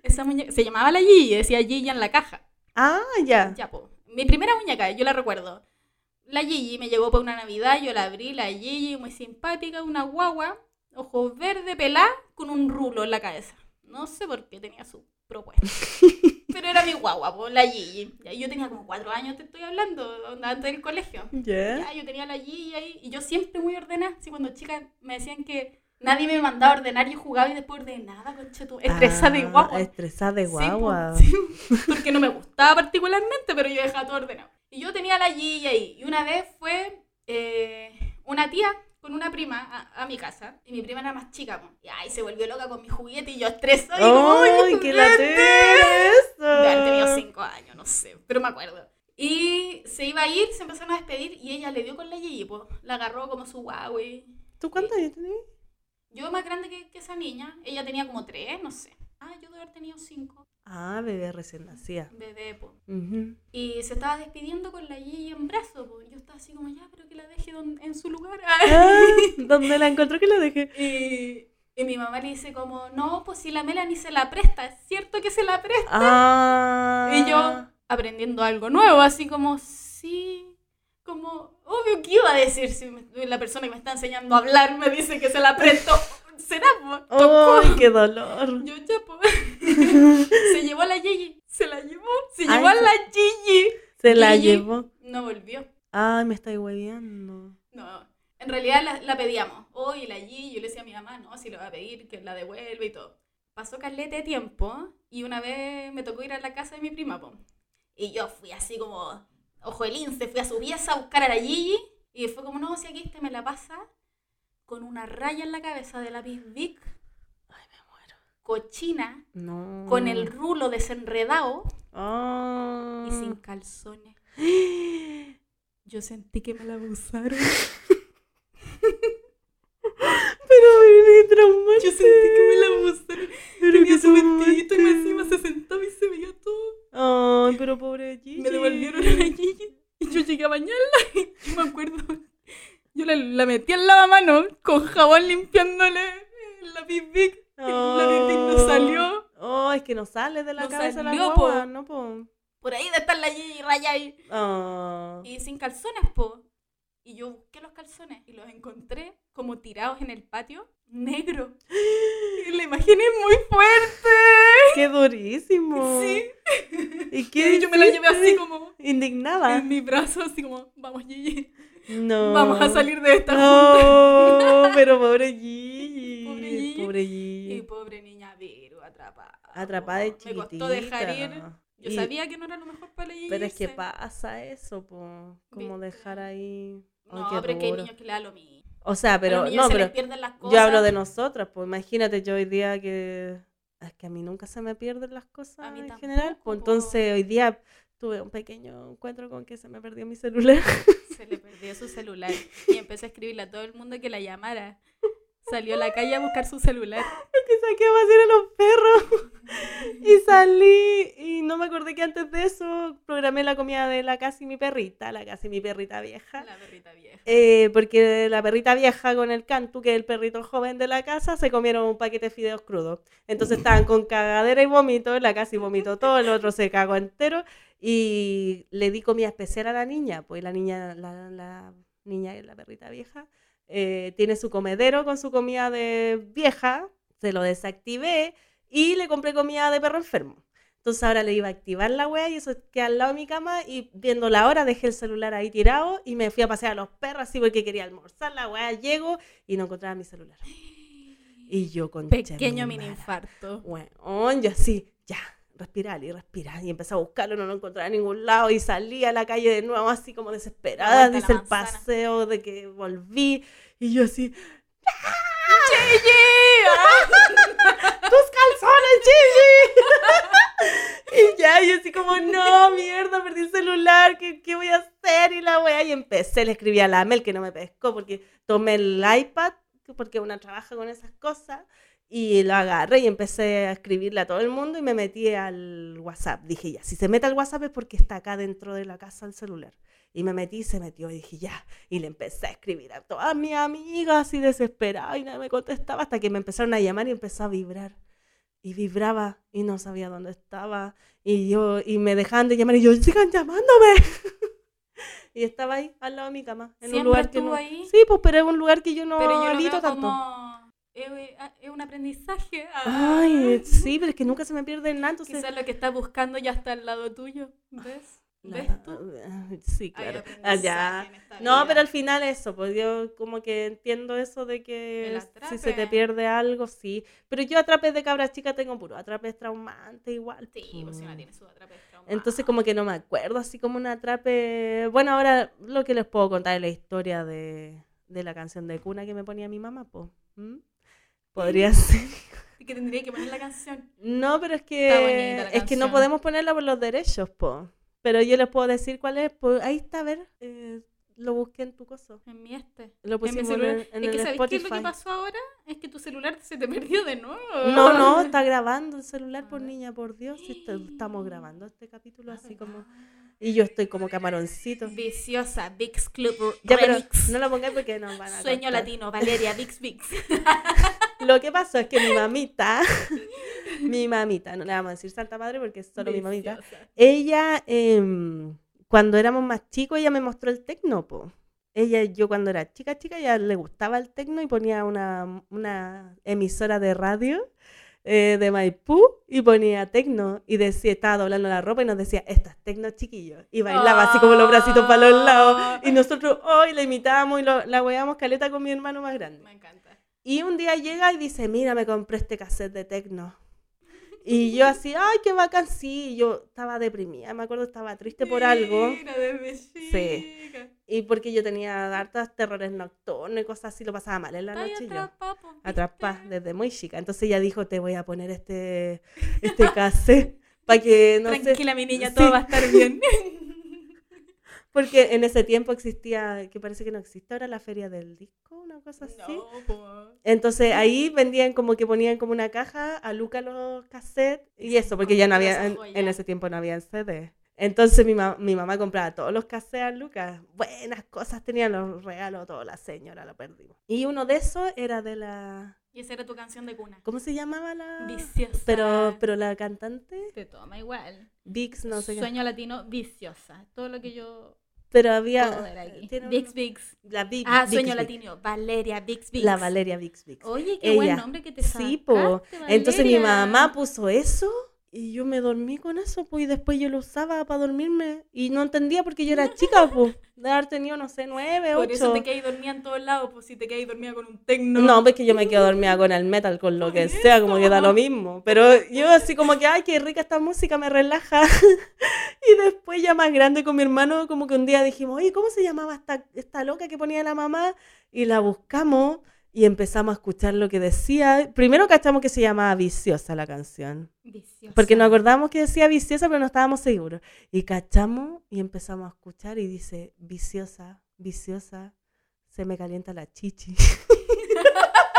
S3: Esa muñeca se llamaba la Gigi, decía Gigi en la caja.
S2: Ah, ya.
S3: Ya, po. Mi primera muñeca, yo la recuerdo. La Gigi me llegó por una Navidad, yo la abrí, la Gigi, muy simpática, una guagua, ojos verde, pelá, con un rulo en la cabeza. No sé por qué tenía su propuesta. Pero era mi guagua, po, la Gigi. Ya, Yo tenía como cuatro años, te estoy hablando, onda, antes del colegio.
S2: Ya.
S3: Ya, yo tenía la Gigi ahí, y yo siempre muy ordenada. Así cuando chicas me decían que nadie me mandaba a ordenar, yo jugaba y después ordenaba, concha tu... Estresada y
S2: Ah,
S3: guagua.
S2: Estresada de
S3: Sí,
S2: guagua.
S3: po, sí, porque no me gustaba particularmente, pero yo dejaba todo ordenado. Y yo tenía la Gigi ahí. Y una vez fue eh, una tía con una prima a, a mi casa. Y mi prima era más chica. po. Y ahí se volvió loca con mi juguete y yo estresada. y como, ¡Ay,
S2: ¡Ay,
S3: mi juguete!
S2: qué latera
S3: De haber tenido
S2: eso!
S3: cinco años, no sé, pero me acuerdo. Y se iba a ir, se empezaron a despedir y ella le dio con la Gigi, pues. La agarró como su Huawei.
S2: ¿Tú cuántos años tenías?
S3: Yo más grande que, que esa niña, ella tenía como tres, no sé. Ah, yo debo haber tenido cinco.
S2: Ah, bebé recién nacida.
S3: Bebé, pues.
S2: Ujú.
S3: Y se estaba despidiendo con la Gigi en brazo. po. Yo estaba así como, ya, pero que la deje don- en su lugar.
S2: Ah, ¿Dónde la encontró que la dejé?
S3: y, y mi mamá le dice como, no, pues si la Melanie se la presta, es cierto que se la presta.
S2: Ah.
S3: Y yo aprendiendo algo nuevo, así como, sí, como, obvio que iba a decir si me- la persona que me está enseñando a hablar me dice que se la presto. Será, po? Tocó.
S2: ¡Ay, qué dolor!
S3: Yo ya, po. se llevó a la Gigi, se la llevó, se llevó
S2: Ay,
S3: a
S2: se-
S3: la Gigi.
S2: Se la
S3: Gigi.
S2: llevó.
S3: No volvió.
S2: Ay, me estáis hueviando.
S3: No, en realidad la, la pedíamos. Hoy la allí, yo le decía a mi mamá, no, si lo va a pedir, que la devuelva y todo. Pasó calete de tiempo y una vez me tocó ir a la casa de mi prima, po. Y yo fui así como, ojo el lince, fui a su pieza a buscar a la Gigi y fue como, no, si aquí este me la pasa con una raya en la cabeza de la Big
S2: Ay, me muero. Mm.
S3: cochina,
S2: No.
S3: con el rulo desenredado
S2: Ah.
S3: y sin calzones. Yo sentí que me la abusaron.
S2: Pero me traumaste.
S3: Yo sentí que me la abusaron.
S2: Pero
S3: Tenía
S2: que
S3: su vestidito y me
S2: traumaste.
S3: encima se sentaba y se veía todo.
S2: Ay, pero pobre Gigi.
S3: Me devolvieron a la Gigi y yo llegué a bañarla. Yo me acuerdo. Yo la, la metí al lavamanos con jabón limpiándole la pipic. La pipic no
S2: Ay.
S3: salió.
S2: Oh, es que no sale de la
S3: No
S2: cabeza
S3: salió,
S2: la
S3: po.
S2: guagua, ¿no, po?
S3: Por ahí de estar la Gigi raya ahí.
S2: Ah.
S3: Y sin calzones, po. Y yo busqué los calzones y los encontré como tirados en el patio, negro. Y la imagen es muy fuerte.
S2: Qué durísimo.
S3: Sí.
S2: ¿Y
S3: Y
S2: qué
S3: yo me la llevé así
S2: hiciste?
S3: como
S2: Indignada.
S3: en mi brazo, así como, vamos Gigi,
S2: No.
S3: vamos a salir de esta
S2: Ah.
S3: junta.
S2: No, pero pobre Gigi.
S3: Pobre Gigi.
S2: Pobre
S3: Y
S2: Gigi.
S3: pobre niña Vero, atrapada.
S2: Atrapada de
S3: Me
S2: chiquitita.
S3: costó dejar ir. Yo
S2: Y-
S3: sabía que no era lo mejor para ella.
S2: Pero es que
S3: irse.
S2: pasa eso, po. Como
S3: Viste.
S2: dejar ahí. Ay,
S3: No,
S2: qué
S3: pero es que hay
S2: duro.
S3: niños que le da lo mismo.
S2: O sea,
S3: a
S2: pero
S3: los niños
S2: no,
S3: se
S2: pero
S3: les pierden las cosas.
S2: yo hablo de nosotras, pues imagínate yo hoy día que es que a mí nunca se me pierden las cosas
S3: mí
S2: en general, pues
S3: tampoco, po.
S2: entonces hoy día tuve un pequeño encuentro con que se me perdió mi celular.
S3: Se le perdió su celular y empezó a escribirle a todo el mundo que la llamara. Salió a la calle a buscar su celular.
S2: que saqué a pasear a los perros y salí y no me acordé que antes de eso programé la comida de la casi mi perrita, la casi mi perrita vieja.
S3: La perrita vieja.
S2: Eh, porque la perrita vieja con el cantu, que es el perrito joven de la casa, se comieron un paquete de fideos crudos. Entonces estaban con cagadera y vómito, la casi vomitó todo, el otro se cagó entero y le di comida especial a la niña, pues la niña, la, la niña, la perrita vieja, eh, tiene su comedero con su comida de vieja, se lo desactivé y le compré comida de perro enfermo. Entonces ahora le iba a activar la wea y eso queda al lado de mi cama y viendo la hora dejé el celular ahí tirado y me fui a pasear a los perros así porque quería almorzar, la wea llego y no encontraba mi celular. Y yo con
S3: Pequeño mini infarto.
S2: Bueno, yo así, ya, respirar y respirar y empecé a buscarlo, no lo encontraba en ningún lado y salí a la calle de nuevo así como desesperada,
S3: Aguanta la
S2: dice el
S3: manzana.
S2: paseo de que volví y yo así, ¡Tus calzones, Gigi! y ya, yo así como, no, mierda, perdí el celular, ¿qué, qué voy a hacer? Y la weá, y empecé, le escribí a la Mel que no me pescó porque tomé el iPad, porque una trabaja con esas cosas, y lo agarré y empecé a escribirle a todo el mundo y me metí al WhatsApp. Dije, ya, si se mete al WhatsApp es porque está acá dentro de la casa el celular. Y me metí, se metió y dije, ya. Y le empecé a escribir a todas mis amigas así desesperada y nadie me contestaba hasta que me empezaron a llamar y empezó a vibrar. Y vibraba y no sabía dónde estaba. Y yo, y me dejaban de llamar y yo, sigan llamándome. y estaba ahí, al lado de mi cama, en
S3: Siempre
S2: un lugar que
S3: estuvo
S2: no...
S3: ahí.
S2: Sí, pues, pero es un lugar que yo no
S3: Pero yo lo
S2: habito
S3: veo
S2: tanto.
S3: como... Es es un aprendizaje. Ah,
S2: Ay, sí, pero es que nunca se me pierde nada, entonces...
S3: Quizás lo que estás buscando ya está al lado tuyo. ¿Ves?
S2: Nada, Ah,
S3: ¿Ves tú?
S2: Sí,
S3: Hay
S2: claro.
S3: aprendizaje
S2: Ah, ya.
S3: en esta
S2: No,
S3: vida.
S2: pero al final eso, pues yo como que entiendo eso de
S3: El
S2: que si
S3: atrape.
S2: se te pierde algo, sí. Pero yo atrapes de cabra chica tengo puro, atrapes traumante igual.
S3: Sí,
S2: po.
S3: pues si una tiene su atrapez traumada.
S2: Mm. Entonces como que no me acuerdo, así como un atrape... Bueno, ahora lo que les puedo contar es la historia de, de la canción de cuna que me ponía mi mamá, pues. Podría ser.
S3: Y que tendría que poner la canción.
S2: No, pero es
S3: Está bonita
S2: que
S3: la
S2: es que no
S3: canción.
S2: podemos ponerla por los derechos, po. Pero yo les puedo decir cuál es. po. Ahí está, a ver. eh, lo busqué en tu coso.
S3: En mi este.
S2: Lo
S3: En mi
S2: pusimos en,
S3: celular.
S2: el- en
S3: es que ¿sabes
S2: el
S3: qué es lo que
S2: Spotify.
S3: pasó ahora? Es que tu celular se te perdió de nuevo.
S2: No, no, está grabando el celular,
S3: A
S2: por
S3: ver.
S2: niña, por Dios. si está- estamos grabando este capítulo así como.
S3: Ah,
S2: Y yo estoy como camaroncito.
S3: Viciosa, Vix Club
S2: Ya, pero
S3: Remix.
S2: no lo pongáis porque nos van a.
S3: Sueño
S2: cortar.
S3: latino, Valeria, Vix Vix.
S2: Lo que pasó es que mi mamita, mi mamita, no le vamos a decir Santa Madre porque es solo mi mamita.
S3: Viciosa.
S2: ella, em, cuando éramos más chicos, ella me mostró el tecno, po. Ella, yo cuando era chica, chica, ya le gustaba el tecno y ponía una, una emisora de radio eh, de Maipú y ponía tecno y decía, estaba doblando la ropa y nos decía, esto es tecno, chiquillo. Y bailaba así como los bracitos para los lados. Y nosotros, hoy la imitábamos y lo- la weábamos caleta con mi hermano más grande.
S3: Me encanta.
S2: Y un día llega y dice, mira, me compré este cassette de tecno. Y yo así, ay, qué bacán, sí. Y yo estaba deprimida, me acuerdo, estaba triste por algo.
S3: Mira, desde
S2: Sí.
S3: chica.
S2: Y porque yo tenía hartas terrores nocturnos y cosas así, lo pasaba mal en la
S3: Ay,
S2: noche y yo.
S3: atrapa, po, ¿viste?
S2: Atrapada desde muy chica. Entonces ella dijo, te voy a poner este, este cassette para que, no sé,
S3: Tranquila, mi niña,
S2: Sí.
S3: todo va a estar bien.
S2: porque en ese tiempo existía, que parece que no existe ahora, la feria del disco, una cosa así.
S3: No, po.
S2: Entonces ahí vendían como que ponían como una caja a Luca los cassettes y eso, porque ya no había, en,
S3: Joya.
S2: en ese tiempo no había CD. Entonces mi, ma- mi mamá compraba todos los cassettes a Lucas. Buenas cosas tenían los regalos, toda la señora lo perdimos. Y uno de esos era de la.
S3: Y esa era tu canción de cuna.
S2: ¿Cómo se llamaba la.?
S3: Viciosa.
S2: Pero, pero la cantante.
S3: Te toma igual.
S2: Vix, no sé qué.
S3: Sueño latino, viciosa. Todo lo que yo
S2: Pero
S3: puedo ver
S2: había.
S3: aquí.
S2: eh, tiene un-
S3: Vix Vix.
S2: La Vi-
S3: Ah,
S2: Vix,
S3: sueño
S2: Vix.
S3: latino. Valeria Vix Vix.
S2: La Valeria Vix Vix.
S3: Oye, qué
S2: Ella.
S3: buen nombre que te sacaste,
S2: Sí, po. Entonces mi
S3: Valeria.
S2: mamá puso eso Y yo me dormí con eso, pues, y después yo lo usaba para dormirme. Y no entendía porque yo era chica, pues. De haber tenido, no sé, nueve,
S3: Por eso
S2: ocho.
S3: te quedas dormida en todos lados, pues si te quedas dormida con un tecno.
S2: No, pues que yo me quedo dormida con el metal, con lo que sea, como que da lo mismo. Pero yo así como que, ay, qué rica esta música, me relaja. Y después ya más grande con mi hermano, como que un día dijimos, oye, ¿cómo se llamaba esta, esta loca que ponía la mamá? Y la buscamos y empezamos a escuchar lo que decía. Primero cachamos que se llamaba Viciosa la canción.
S3: Viciosa.
S2: Porque nos acordamos que decía viciosa, pero no estábamos seguros. Y cachamos y empezamos a escuchar y dice, viciosa, viciosa, se me calienta la chichi.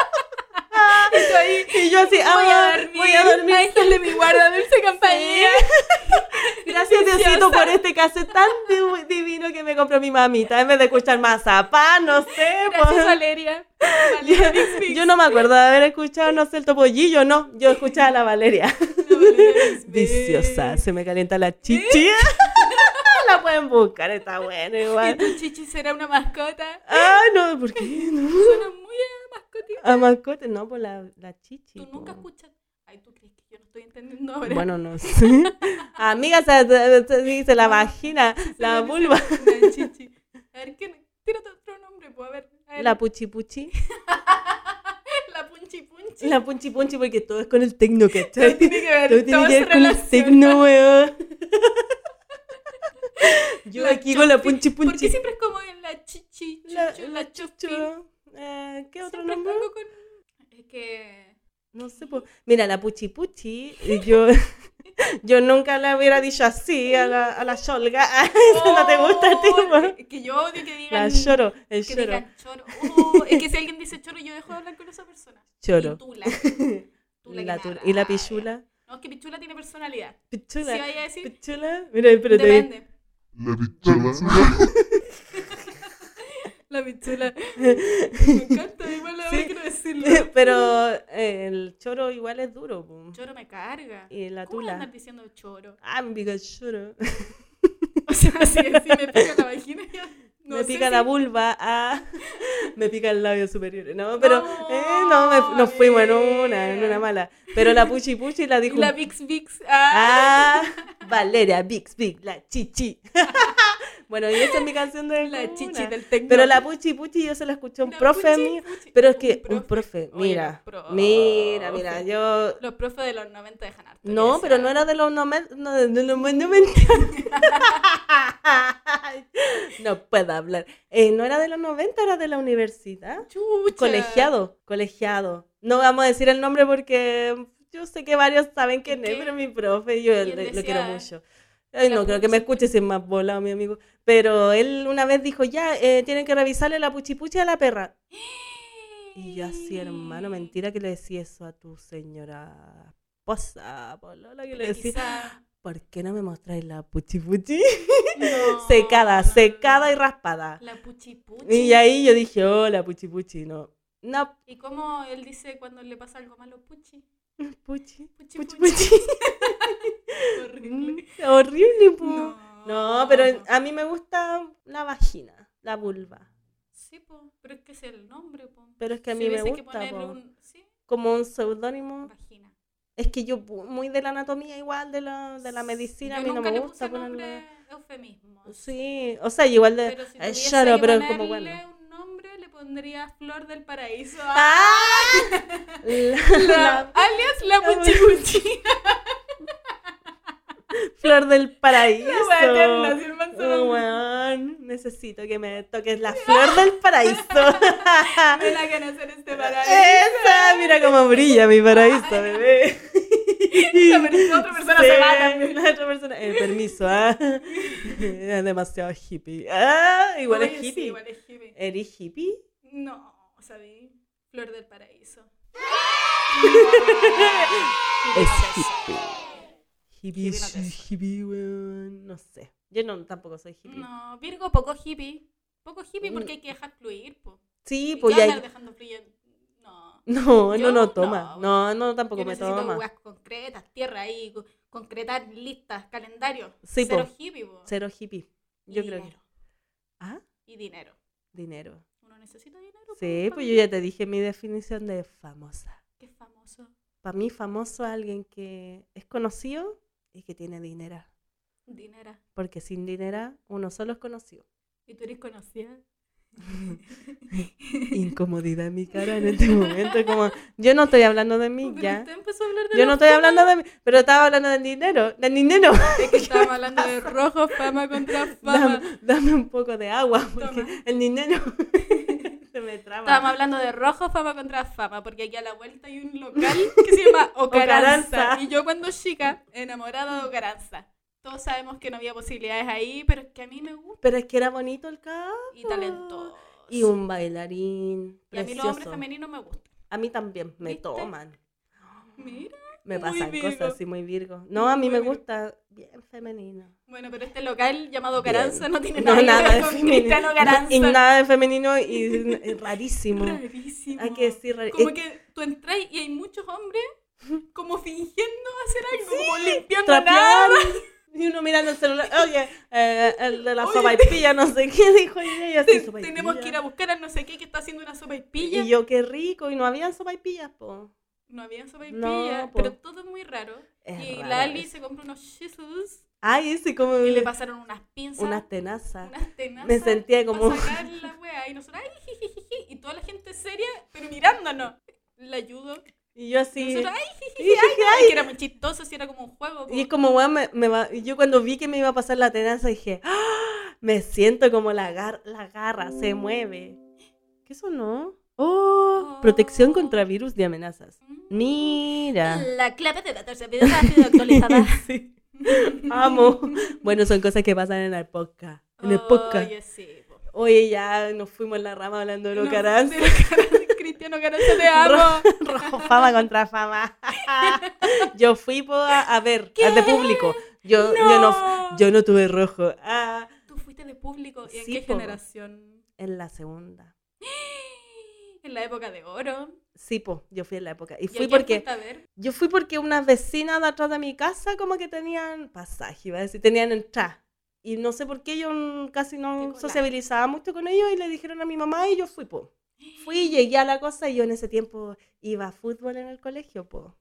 S3: Estoy ahí.
S2: Y yo así,
S3: Voy a
S2: "Ah,
S3: dormir.
S2: voy a dormir.
S3: Ángel de mi guarda, dulce compañía.
S2: Gracias Diosito por este cassette tan di- divino que me compró mi mamita. En vez de escuchar mazapán, no sé.
S3: Gracias,
S2: pues.
S3: Valeria. Valeria Big Fix.
S2: Yo no me acuerdo de haber escuchado, no sé, el topollillo, no. Yo escuchaba a la Valeria.
S3: La Valeria Big Fix.
S2: Viciosa, se me calienta la chichi. la pueden buscar, está bueno
S3: ¿Y
S2: igual.
S3: tu chichi será una mascota?
S2: Ah, no, ¿por qué? No.
S3: Suena muy a mascotita.
S2: A mascote, no, por la, la chichi.
S3: Tú
S2: po.
S3: nunca escuchas. Ay, ¿tú crees que yo no estoy entendiendo ahora?
S2: Bueno, no sé. Amiga, se, se- se dice la vagina, la vulva,
S3: La chichi. A ver, ¿qué? Tira otro nombre, pues, a ver. A ver.
S2: la puchi puchi,
S3: La punchi punchi.
S2: la punchi punchi, porque todo es con el tecno, ¿cachai?
S3: Todo tiene que ver,
S2: Todo tiene
S3: todo
S2: que
S3: se
S2: ver con el
S3: relaciona.
S2: tecno, weón. Yo
S3: La
S2: aquí con la punchi
S3: ¿Por qué
S2: punchi.
S3: siempre es como en la chichi, chuchu,
S2: La-
S3: la,
S2: la
S3: chupi?
S2: Yo, eh, ¿Qué otro
S3: Siempre
S2: nombre?
S3: pongo con- Es que...
S2: No sé, po. mira, la Puchi Puchi, y yo, yo nunca la hubiera dicho así a la, a la Yolga. Eso no te gusta a ti, po.
S3: Oh, es que yo odio que digan...
S2: La Lloro, el
S3: Que
S2: Lloro.
S3: digan choro. Oh, es que si alguien dice choro, yo dejo de hablar con esa persona.
S2: Choro.
S3: Y tula. Tula que
S2: La
S3: me
S2: tu-
S3: da
S2: y la
S3: rabia.
S2: Pichula.
S3: No, es que pichula tiene personalidad. Si
S2: Pichula.
S3: vaya a decir...
S2: Pichula. Mira, pero te-
S3: Depende.
S5: La pichula.
S3: La pichula. Me encanta, igual la
S2: Sí.
S3: quiero decirlo.
S2: Pero eh, el choro igual es duro. po.
S3: Choro me carga.
S2: Y la
S3: ¿Cómo le andas
S2: tula.
S3: diciendo choro?
S2: Ah, me pica el choro.
S3: O sea, si, si me pica la vagina, yo no
S2: me
S3: sé
S2: pica
S3: si-
S2: la vulva. Ah, me pica el labio superior. No, pero
S3: No,
S2: eh, no, me- nos fuimos en una, en una
S3: amiga.
S2: mala. Pero la Puchi Puchi la
S3: Y
S2: dijo.
S3: la Vix Vix. Ah,
S2: Ah, Valeria Bix Big, la chichi. bueno, y esa es mi canción de
S3: la
S2: cuna.
S3: chichi del tecno.
S2: Pero la Puchi Puchi yo se la escuché a un
S3: La
S2: profe
S3: puchi,
S2: mío.
S3: puchi.
S2: Pero es que
S3: profe.
S2: un profe,
S3: Oye,
S2: mira,
S3: los profes.
S2: mira, mira, yo
S3: Los profes de los 90 dejan harto. que
S2: no, pero
S3: desear.
S2: no era de los noven- no, de los noventa. no puedo hablar. Eh, no era de los 90, era de la universidad.
S3: Chucha.
S2: Colegiado, colegiado. No vamos a decir el nombre porque yo sé que varios saben quién es,
S3: ¿Qué?
S2: pero mi profe, yo
S3: él
S2: le- lo
S3: decía,
S2: quiero mucho. Ay,
S3: "La
S2: no, creo que me
S3: puchi".
S2: escuche sin más volado, mi amigo. Pero él una vez dijo, ya, eh, tienen que revisarle la puchipuchi a la perra. Y yo así, hermano, mentira que le decía eso a tu señora esposa, polola, que le
S3: Pero
S2: decía,
S3: quizá-
S2: ¿por qué no me mostráis la puchipuchi?
S3: no.
S2: secada, secada y raspada.
S3: La puchi puchi.
S2: Y ahí yo dije, oh, la puchipuchi, no. No,
S3: ¿Y cómo él dice cuando le pasa algo malo? Puchi.
S2: puchi.
S3: Puchi
S2: Puchi,
S3: puchi.
S2: puchi.
S3: Horrible.
S2: Mm, Horrible, po. No.
S3: No.
S2: pero a mí me gusta la vagina, la vulva.
S3: Sí, po, pero es que es el nombre, po.
S2: Pero es que a
S3: Si
S2: mí me
S3: hubiese que
S2: gusta,
S3: ponerle
S2: po.
S3: un- Sí,
S2: Como un seudónimo.
S3: vagina.
S2: Es que yo, pu- muy de la anatomía, igual de la, de la medicina, a
S3: Yo
S2: mí no
S3: nunca
S2: me
S3: le
S2: gusta
S3: puse
S2: ponerle.
S3: nombre eufemismo.
S2: Sí, o sea, igual de.
S3: Pero si
S2: eh,
S3: tuviese
S2: lloro,
S3: que
S2: pero es
S3: ponerle
S2: como bueno.
S3: un nombre, le pondría Flor del Paraíso. Ah,
S2: ¡Ah! La,
S3: La-
S2: la
S3: alias La
S2: la-
S3: Puchi Puchi.
S2: flor del paraíso.
S3: La wea eterna, si el man se
S2: Oh,
S3: va-
S2: weón, necesito que me toques la flor del paraíso.
S3: Me la ganas en este paraíso.
S2: Esa, mira cómo brilla mi paraíso, bebé.
S3: La per- otra persona se va también.
S2: la otra persona- eh, permiso, ah. Es demasiado hippie. Ah, igual
S3: Oye,
S2: es
S3: sí,
S2: hippie.
S3: igual es hippie.
S2: ¿Eres hippie?
S3: No, sabí. Flor del Paraíso.
S2: Es hippie. Hippie,
S3: Hippie no te
S2: sí,
S3: soy.
S2: hippie, weón. No sé. Yo no, tampoco soy hippie.
S3: No, Virgo, poco hippie. Poco hippie porque hay que dejar fluir, po.
S2: Sí,
S3: Y
S2: pues
S3: yo
S2: ya.
S3: andar dejando fluir. No.
S2: No,
S3: Yo
S2: no, no
S3: no,
S2: toma.
S3: weón.
S2: No, no, tampoco
S3: Yo
S2: me
S3: necesito
S2: toma.
S3: weas concretas, tierra ahí, co- concretar listas, calendarios.
S2: Sí,
S3: Cero
S2: po.
S3: hippie, po.
S2: Cero hippie. Yo
S3: y
S2: creo que.
S3: dinero,
S2: Ah,
S3: Y dinero.
S2: dinero.
S3: Uno necesita dinero.
S2: Sí,
S3: pa-
S2: pues
S3: pa-
S2: yo ya te dije mi definición de famosa.
S3: Qué famoso.
S2: para mí famoso es alguien que es conocido y que tiene dinero.
S3: Dinera.
S2: Porque sin dinero uno solo es conocido.
S3: ¿Y tú eres conocida?
S2: Incomodidad en mi cara en este momento. Como, yo no estoy hablando de mí,
S3: Pero
S2: ya.
S3: usted empezó a hablar de
S2: Yo
S3: la
S2: no estoy
S3: fama.
S2: hablando de mí, pero estaba hablando del dinero. Del dinero.
S3: Es que estábamos hablando de rojo, fama contra fama.
S2: Dame, dame un poco de agua, porque
S3: Toma.
S2: el dinero se me traba.
S3: Estábamos hablando de rojo, fama contra fama, porque aquí a la vuelta hay un local que se llama Ocaranza.
S2: Ocaranza.
S3: y yo cuando chica, enamorada de Ocaranza. Todos sabemos que no había posibilidades ahí, pero es que a mí me gusta
S2: Pero es que era bonito el caso.
S3: y talentoso.
S2: Y un bailarín.
S3: Y a mí los
S2: Precioso.
S3: hombres femeninos me gustan.
S2: A mí también me
S3: ¿Viste?
S2: toman.
S3: Mira.
S2: Me
S3: Muy
S2: pasan
S3: virgo.
S2: cosas así muy virgo. No, a mí
S3: Muy
S2: me
S3: virgo.
S2: gusta bien femenino.
S3: Bueno, pero este local llamado Ocaranza no tiene
S2: No,
S3: nada, que
S2: nada
S3: ver
S2: de
S3: con
S2: femenino.
S3: Cristiano
S2: No,
S3: Ocaranza.
S2: Y nada de femenino y es rarísimo.
S3: Rarísimo.
S2: Hay que decir rari-
S3: Como
S2: eh,
S3: que tú entras y hay muchos hombres como fingiendo hacer algo, como limpiando
S2: trapear.
S3: nada.
S2: Y uno mirando el celular. Oye, eh, el de la
S3: Oye.
S2: sopaipilla, no sé qué dijo. Y ella así,
S3: Te-
S2: sopaipilla.
S3: tenemos que ir a buscar a no sé qué que está haciendo una sopa y pilla.
S2: Y yo, qué rico. Y no había sopaipillas, po.
S3: No había sopa y
S2: No,
S3: pilla,
S2: po.
S3: pero todo es muy raro.
S2: Es
S3: y
S2: raro
S3: Lali
S2: eso.
S3: se compró unos Jesus
S2: Ay, sí, como
S3: y le pasaron unas pinzas,
S2: unas
S3: unas,
S2: tenazas.
S3: tenazas.
S2: Me sentía
S3: pa'
S2: como-
S3: sacar la wea. Y nosotros, ay, jijijiji, y toda la gente seria, pero mirándonos. La ayudo.
S2: Y yo
S3: Y
S2: así.
S3: nosotros, ay,
S2: y
S3: jijiji,
S2: dije,
S3: ay, no,
S2: "Ay".
S3: y que era muy chistoso, si era como un juego. po.
S2: Y es como, weón, me, me va- y yo cuando vi que me iba a pasar la tenaza dije, ¡Ah! me siento como la, gar- la garra se mueve. ¿Qué sonó? Oh, protección contra virus de amenazas.
S3: Mm.
S2: Mira.
S3: La clave de 14 videos ha sido actualizada.
S2: Sí. Amo. Bueno, son cosas que pasan en el podcast. En el podcast.
S3: Oye, sí, po.
S2: Oye, ya nos fuimos en la rama hablando de lo
S3: No,
S2: caranza.
S3: de Ocaranza, Cristiano Caranza, te amo.
S2: Rojo, fama contra fama. yo fui po, a, a ver, al de público. Yo no. Yo, no, yo no tuve rojo. Ah,
S3: Tú fuiste de público. ¿Y en
S2: Sí,
S3: qué
S2: po.
S3: generación?
S2: en la segunda.
S3: En la época de oro.
S2: Sí, po, yo fui en la época. Y
S3: ¿Y a
S2: fui
S3: quién
S2: porque,
S3: fuiste A ver?
S2: yo fui porque unas vecinas de atrás de mi casa como que tenían pasaje, iba a decir, tenían entrada. Y no sé por qué yo mm, casi
S3: Te
S2: no
S3: colaste.
S2: sociabilizaba mucho con ellos y le dijeron a mi mamá y yo fui, po. Fui, llegué a la cosa y yo en ese tiempo iba a fútbol en el colegio, po.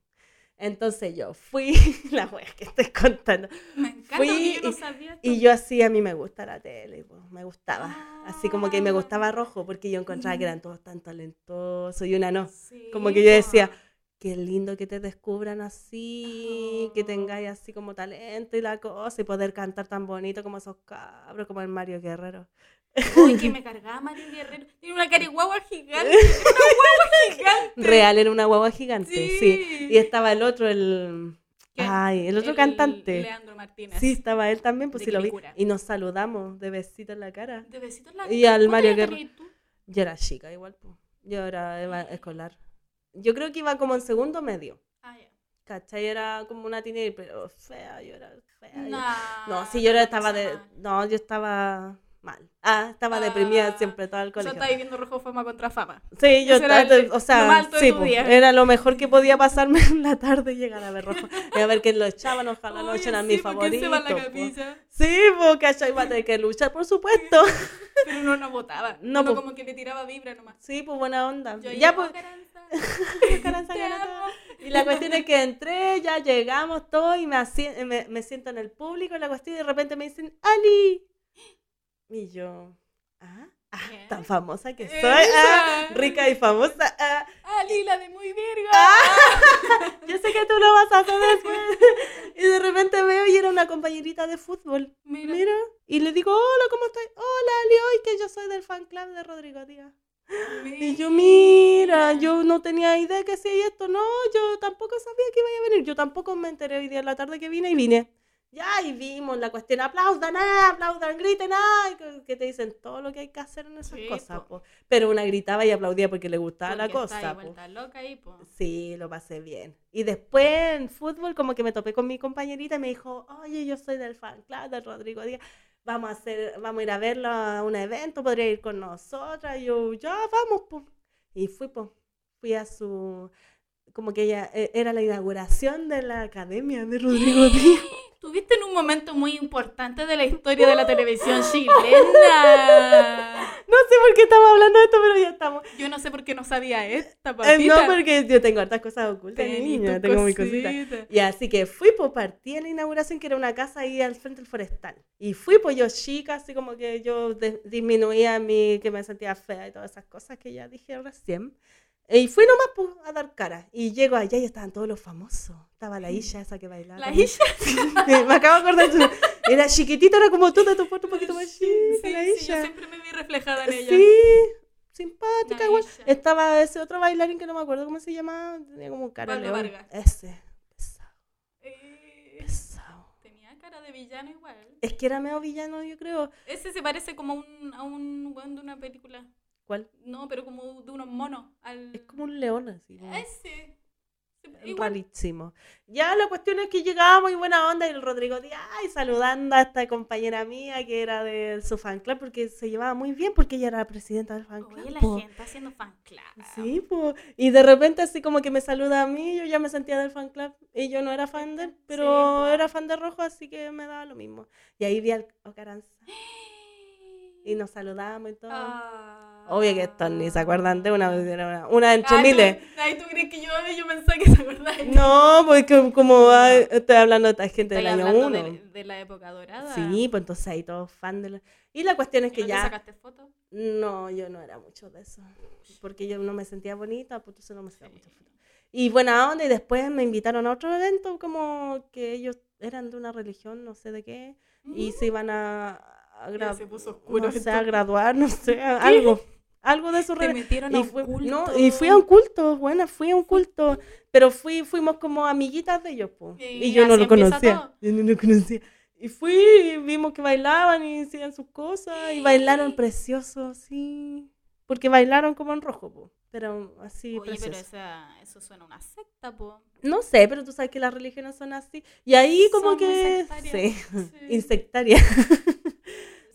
S2: Entonces yo fui, la wea que estoy contando,
S3: Me encanta
S2: Fui
S3: porque yo no
S2: y-
S3: sabía esto.
S2: Y yo así, a mí me gusta la tele, po, me gustaba. Así como
S3: Ah,
S2: que me gustaba rojo porque yo encontraba que eran todos tan talentosos y una no.
S3: Sí,
S2: como que yo decía,
S3: po.
S2: Qué lindo que te descubran así, que tengáis así como talento y la cosa y poder cantar tan bonito como esos cabros, como el Mario Guerrero.
S3: Uy, que me cargaba Mario Guerrero. Tiene una carihuahua gigante. Una guagua gigante.
S2: Real era una guagua gigante, sí.
S3: Sí.
S2: Y estaba el otro, el...
S3: ¿Qué?
S2: Ay, ah, el otro cantante.
S3: Leandro Martínez.
S2: Sí, estaba él también, pues
S3: De
S2: sí lo vi.
S3: Quilicura.
S2: Y nos saludamos de besito en la cara.
S3: De besitos en la
S2: Y al
S3: ¿Cuántos
S2: Mario
S3: años
S2: Guerrero.
S3: tenías tú?
S2: Yo era chica igual, pues. Yo era eva- escolar. Yo creo que iba como en segundo medio.
S3: Ah, ya.
S2: ¿Cachai? Era como una teenager, pero fea, yo era fea. yo-
S3: Nah,
S2: No, sí, yo era- estaba
S3: pasa
S2: de...
S3: nada.
S2: No, yo estaba mal. Ah, estaba
S3: Ah,
S2: deprimida siempre todo el
S3: O sea,
S2: colegio.
S3: estaba viviendo rojo fama contra fama.
S2: Sí, yo
S3: Eso era
S2: estaba-
S3: el-
S2: o sea,
S3: lo más alto de
S2: sí,
S3: tu
S2: po,
S3: día.
S2: era lo mejor que podía pasarme en la tarde llegar a ver rojo. Y a ver que lo echaban, ojalá lo
S3: Oye,
S2: echen a
S3: sí,
S2: mi
S3: porque
S2: favorito. pues.
S3: se va a la
S2: po.
S3: capilla.
S2: Sí, porque cachai, iba a tener que luchar, por supuesto.
S3: Pero uno no votaba.
S2: No,
S3: uno
S2: po.
S3: como que le tiraba vibra nomás.
S2: Sí, pues buena onda.
S3: Yo
S2: ya,
S3: iba,
S2: pues,
S3: "Oh, Caranza,
S2: Caranza,
S3: te
S2: Caranza.
S3: amo".
S2: Y la cuestión es que entré, ya llegamos todo y me, asi- me, me siento en el público la cuestión y de repente me dicen, Ali. Y yo, ah, ah,
S3: ¿Qué?
S2: tan famosa que
S3: Eh,
S2: soy,
S3: Esa.
S2: ah, rica Ah, y famosa. ah,
S3: Ah, Lila de muy verga.
S2: yo sé que tú lo vas a hacer después. Y de repente veo y era una compañerita de fútbol.
S3: Mira.
S2: Mira. Y le digo, hola, ¿cómo estás? Hola, Ali, hoy que yo soy del fan club de Rodrigo Díaz. Y yo, mira, yo no tenía idea que hacía esto. No, yo tampoco sabía que iba a venir. Yo tampoco me enteré hoy día en la tarde que vine y vine. Ya, y vimos la cuestión. Aplaudan, ah, aplaudan, griten, ah, que- que te dicen todo lo que hay que hacer en esas
S3: Sí,
S2: cosas.
S3: po.
S2: po. Pero una gritaba y aplaudía porque le gustaba la
S3: Porque está
S2: cosa.
S3: ahí
S2: pues. po.
S3: vuelta loca ahí, pues. po.
S2: Sí, lo pasé bien. Y después en fútbol como que me topé con mi compañerita y me dijo, oye, yo soy del fan club de Rodrigo Díaz, vamos a hacer, vamos a ir a verlo a un evento, podría ir con nosotras. Y yo, ya, vamos, po". Y fui, po. Fui a su, como que ella, e- era la inauguración de la academia de Rodrigo Díaz.
S3: Tuviste en un momento muy importante de la historia de la televisión chilena.
S2: No sé por qué estamos hablando de esto, pero ya estamos.
S3: Yo no sé por qué no sabía esta, papita.
S2: Eh, no, porque yo tengo hartas cosas ocultas,
S3: Tení tu
S2: niña. Tengo mis
S3: cosita.
S2: cositas. Y así que fui, pues partí a la inauguración, que era una casa ahí al frente del forestal. Y fui, pues yo chica, así como que yo de- disminuía mi, que me sentía fea y todas esas cosas que ya dije recién. Y fui nomás pues, a dar cara. Y llego allá y estaban todos los famosos. Estaba la Isha esa que bailaba.
S3: La
S2: también.
S3: Isha.
S2: me acabo de acordar. su- Era chiquitita, era como tú, de tu puerto un poquito más
S3: Sí,
S2: chica,
S3: sí,
S2: la
S3: sí, yo
S2: Isha.
S3: siempre me vi reflejada en ella.
S2: Sí, simpática
S3: La
S2: igual.
S3: Isha.
S2: Estaba ese otro bailarín que no me acuerdo cómo se llamaba, tenía como cara de
S3: Baldo
S2: león.
S3: Vargas.
S2: Ese, pesado,
S3: Eh,
S2: pesado.
S3: tenía cara de villano igual.
S2: Es que era medio villano, yo creo.
S3: Ese se parece como a un, a un weón de una película.
S2: ¿Cuál?
S3: No, pero como de unos monos. Al...
S2: Es como un león así. como
S3: Ese. Igual.
S2: Rarísimo. Ya la cuestión es que llegábamos y buena onda y el Rodrigo Díaz ay, saludando a esta compañera mía que era de su fan club porque se llevaba muy bien porque ella era presidenta del fan club.
S3: Oye, la
S2: po.
S3: gente haciendo fan club.
S2: Sí, po. y de repente así como que me saluda a mí, yo ya me sentía del fan club y yo no era fan de, pero
S3: Sí, po.
S2: era fan de rojo, así que me daba lo mismo. Y ahí vi al Ocaranza y nos saludábamos y todo.
S3: Ah.
S2: Obvio que estos ni se acuerdan de una, era una, una entre
S3: Ah, tú-
S2: miles.
S3: Ay, tú crees que yo, yo pensaba que se acordaba.
S2: No, porque como ay, estoy hablando de esta gente del
S3: Estoy
S2: año
S3: hablando
S2: 1.
S3: De, de la época dorada.
S2: Sí, pues entonces ahí todos fan de la... Y la cuestión es
S3: ¿Y
S2: que
S3: no te
S2: ya...
S3: sacaste fotos?
S2: No, yo no era mucho de eso. Porque yo no me sentía bonita, pues entonces no me sacaba muchas fotos. Y buena onda, y después me invitaron a otro evento, como que ellos eran de una religión, no sé de qué,
S3: Mm.
S2: y se iban a... a gra-
S3: se puso oscuro
S2: No sé, a
S3: entonces.
S2: graduar, no sé, a- algo. Algo de su
S3: Te
S2: religión
S3: metieron a
S2: y,
S3: un
S2: fue-
S3: culto.
S2: no, y fui a un culto, bueno, fui a un culto, pero fui, fuimos como amiguitas de ellos, po.
S3: Y
S2: Y, yo no
S3: así
S2: lo
S3: empieza
S2: conocía.
S3: todo.
S2: Yo no lo conocía. Y fui, y vimos que bailaban y hacían sus cosas, y bailaron precioso, sí. Porque bailaron como en rojo, po. Pero así,
S3: Oye, pero
S2: precioso.
S3: esa, eso suena a una secta, po.
S2: No sé, pero tú sabes que las religiones son así. Y ahí
S3: Son
S2: como
S3: muy
S2: que... Sí,
S3: sectarias. Sí.
S2: insectaria.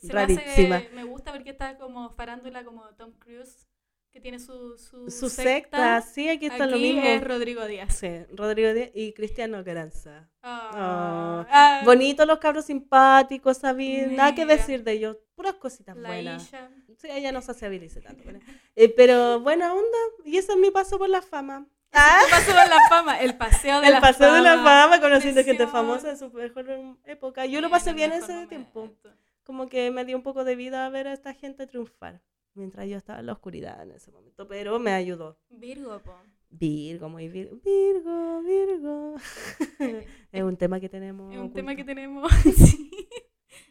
S3: Se me
S2: rarísima.
S3: hace- Me, gusta porque está como farándula como Tom Cruise, que tiene su, su,
S2: Su secta, sí, aquí está
S3: Aquí
S2: lo mismo.
S3: es Rodrigo Díaz.
S2: Sí, Rodrigo Díaz y Cristiano Garanza.
S3: Ah,
S2: Ah,
S3: ah,
S2: Bonitos los cabros simpáticos, sabía nada que
S3: Mira.
S2: decir de ellos, puras cositas
S3: La
S2: buenas.
S3: Isha.
S2: Sí, ella no sociabilice tanto, bueno. Eh, pero buena onda, y ese es mi paso por la fama.
S3: El paso de la fama, el paseo de
S2: Ah. El
S3: la
S2: paso
S3: fama.
S2: de la fama, conociendo gente
S3: Precioso.
S2: famosa en su mejor época. Yo lo
S3: Eh,
S2: pasé
S3: el
S2: bien
S3: mejor
S2: ese tiempo,
S3: momento.
S2: como que me dio un poco de vida ver a esta gente triunfar, mientras yo estaba en la oscuridad en ese momento, pero me ayudó.
S3: Virgo, po.
S2: Virgo, muy Virgo, Virgo, Virgo. es un tema que tenemos.
S3: Es un tema
S2: oculto.
S3: que tenemos. sí.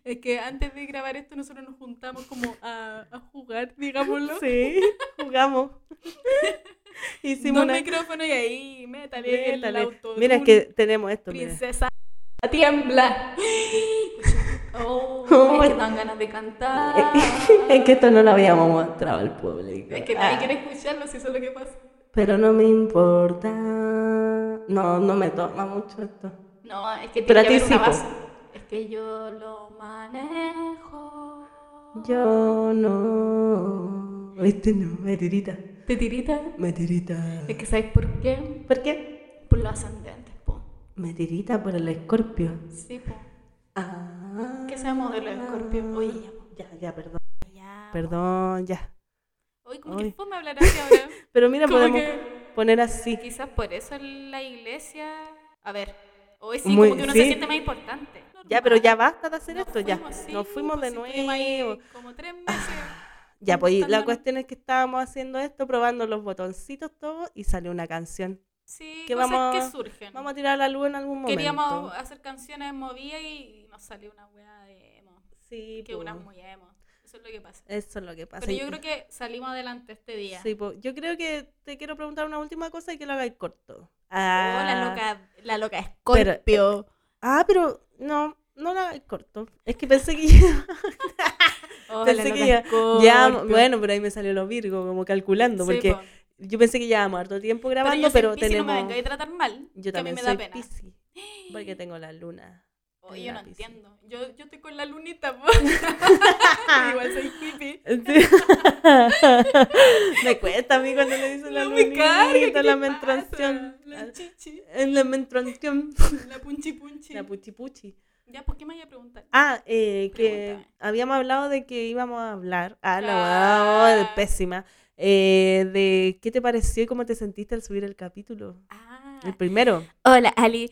S3: Es que antes de grabar esto, nosotros nos juntamos como a, a jugar, digámoslo.
S2: Sí, jugamos. Hicimos
S3: Dos
S2: una...
S3: micrófonos y ahí, métale, el
S2: Métale.
S3: auto.
S2: Mira, es que tenemos esto. mira.
S3: Princesa tiembla. Oh,
S2: Oh.
S3: es que dan ganas de cantar.
S2: es que Ah. esto no lo habíamos mostrado al público.
S3: Es que nadie quiere escucharlo si eso es lo que pasa.
S2: Pero no me importa. No, no me toma mucho esto.
S3: No, es que tiene que
S2: Pero a
S3: haber
S2: ti
S3: una
S2: sí,
S3: base. Es que yo lo manejo.
S2: Yo no. Este no, me tirita.
S3: ¿Te tirita?
S2: Me tirita.
S3: Es que ¿sabes por qué?
S2: ¿Por qué?
S3: Por los ascendentes, po.
S2: Me tirita por el escorpio.
S3: Sí, po.
S2: Ah.
S3: Que seamos de los escorpios. Oye, ya, po.
S2: Ya, ya, perdón.
S3: ya.
S2: Perdón, ya.
S3: Oye, como que
S2: Ay.
S3: fome hablar así ahora.
S2: Pero mira,
S3: Como
S2: podemos
S3: que-
S2: poner así.
S3: Quizás por eso la iglesia. A ver, hoy sí,
S2: Muy-
S3: como que uno
S2: sí.
S3: se siente más importante.
S2: Ya, pero ya
S3: Normal.
S2: basta de hacer
S3: Nos
S2: esto, ya.
S3: fuimos, sí,
S2: Nos fuimos
S3: pues,
S2: de
S3: sí, estuvimos ahí
S2: nuevo.
S3: Como tres meses.
S2: Ya, pues y la
S3: juntándonos.
S2: cuestión es que estábamos haciendo esto, probando los botoncitos todos y salió una canción.
S3: Sí,
S2: que
S3: cosas
S2: vamos-
S3: que surgen.
S2: Vamos a tirar la luz en algún momento.
S3: Em, Queríamos hacer canciones movidas y nos salió una weá de emo.
S2: Sí,
S3: Que
S2: po.
S3: unas muy emo. Eso es lo que pasa.
S2: Eso es lo que pasa.
S3: Pero yo creo que salimos adelante este día.
S2: Sí, po. Yo creo que te quiero preguntar una última cosa y que lo hagáis corto.
S3: Oh,
S2: Ah,
S3: la loca, la loca
S2: Pero- eh,
S3: Scorpio.
S2: Ah, pero no, no la hagáis corto. Es que pensé que ya,
S3: Oh, la
S2: pensé
S3: loca
S2: que ya,
S3: Scorpio.
S2: ya- bueno, pero ahí me salió lo Virgo, como calculando,
S3: Sí,
S2: porque
S3: po.
S2: yo pensé que llevábamos harto tiempo
S3: pero,
S2: grabando,
S3: yo soy
S2: pero,
S3: Piscis, no me
S2: tenemos...
S3: vengáis a tratar mal.
S2: yo
S3: que a mí
S2: también
S3: me
S2: soy
S3: da pena.
S2: Piscis, porque tengo la luna.
S3: Oh,
S2: en
S3: yo no
S2: la Piscis.
S3: entiendo. Yo, yo estoy con la lunita, po. Igual soy hippie.
S2: Sí. me cuesta a mí cuando le dicen la
S3: No me carga, ¿qué
S2: lunita,
S3: te pasa?
S2: la menstruación. Ah.
S3: La chichi,
S2: En la menstruación.
S3: la punchi punchi.
S2: La puchi puchi.
S3: Ya, ¿por qué me voy a preguntar?
S2: Ah, eh, que
S3: Pregúntame.
S2: habíamos hablado de que íbamos a hablar. Ah, la
S3: Ah.
S2: weá, oh, de pésima. Eh, de qué te pareció y cómo te sentiste al subir el capítulo.
S3: Ah.
S2: El primero.
S3: Hola, Ali.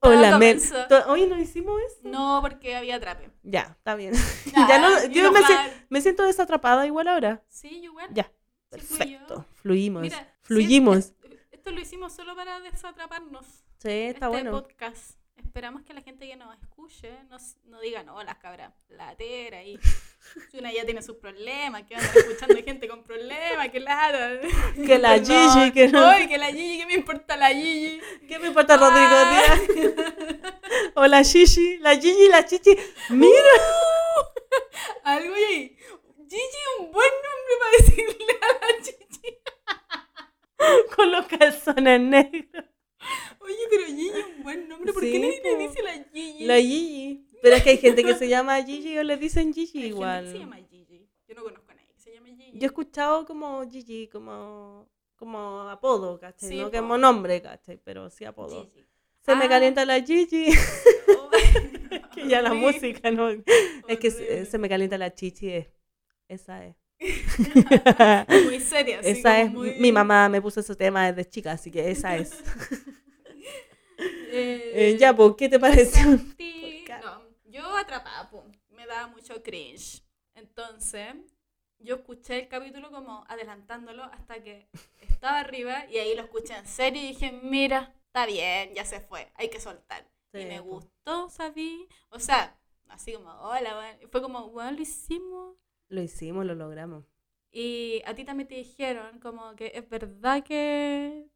S2: Hola, men.
S3: comenzó.
S2: To- Hoy no hicimos eso.
S3: No, porque había trape.
S2: Ya, está bien.
S3: Ah,
S2: ya no, yo me,
S3: enojada.
S2: si- me siento desatrapada igual ahora.
S3: Sí, yo igual.
S2: Ya,
S3: Sí, fui yo.
S2: perfecto. Fluimos.
S3: Mira, sí,
S2: Fluimos.
S3: es- Esto lo hicimos solo para desatraparnos.
S2: Sí,
S3: este
S2: está bueno.
S3: podcast. Esperamos que la gente que nos escuche nos, no diga, no, las cabras latera y si una ya tiene sus problemas, que anda escuchando gente con problemas, que lata.
S2: Que la
S3: Perdón.
S2: Gigi, que no-
S3: Ay, que la Gigi, que me importa la Gigi.
S2: ¿Qué me importa Rodrigo Díaz? o la Gigi, la Gigi, la Chichi. Mira,
S3: Algo y ahí. Gigi, un buen nombre para decirle a la Gigi.
S2: con los calzones negros.
S3: Oye, pero Gigi, un buen nombre. ¿Por
S2: Sí,
S3: qué nadie
S2: po.
S3: le dice la Gigi?
S2: La Gigi. Pero es que hay gente que se llama Gigi o le dicen
S3: Hay
S2: Gigi
S3: gente
S2: igual.
S3: que se llama Gigi. Yo no conozco a nadie que se llame Gigi.
S2: Yo he escuchado como Gigi, como, como apodo, ¿cachai?
S3: Sí,
S2: no
S3: po.
S2: como nombre, ¿cachai? Pero sí apodo.
S3: Gigi.
S2: Se me
S3: Ah.
S2: calienta la Gigi.
S3: Oh,
S2: que ya la
S3: horrible,
S2: música, ¿no? Es que se, eh,
S3: horrible.
S2: se me calienta la chichi. es- Esa es.
S3: muy seria. así
S2: esa
S3: como
S2: es.
S3: muy-
S2: Mi mamá me puso ese tema desde chica, así que esa es.
S3: Eh,
S2: Eh, ya, pues, ¿qué te pareció?
S3: sí,
S2: Podcast.
S3: no, yo atrapada, pum, me daba mucho cringe. Entonces, yo escuché el capítulo como adelantándolo hasta que estaba arriba y ahí lo escuché en serio y dije, mira, está bien, ya se fue, hay que soltar. y
S2: Sí, pues,
S3: me
S2: po.
S3: gustó, sabí. O sea, así como, hola, weón. Fue como, weón, lo hicimos.
S2: Lo hicimos, lo logramos.
S3: Y a ti también te dijeron como que es verdad que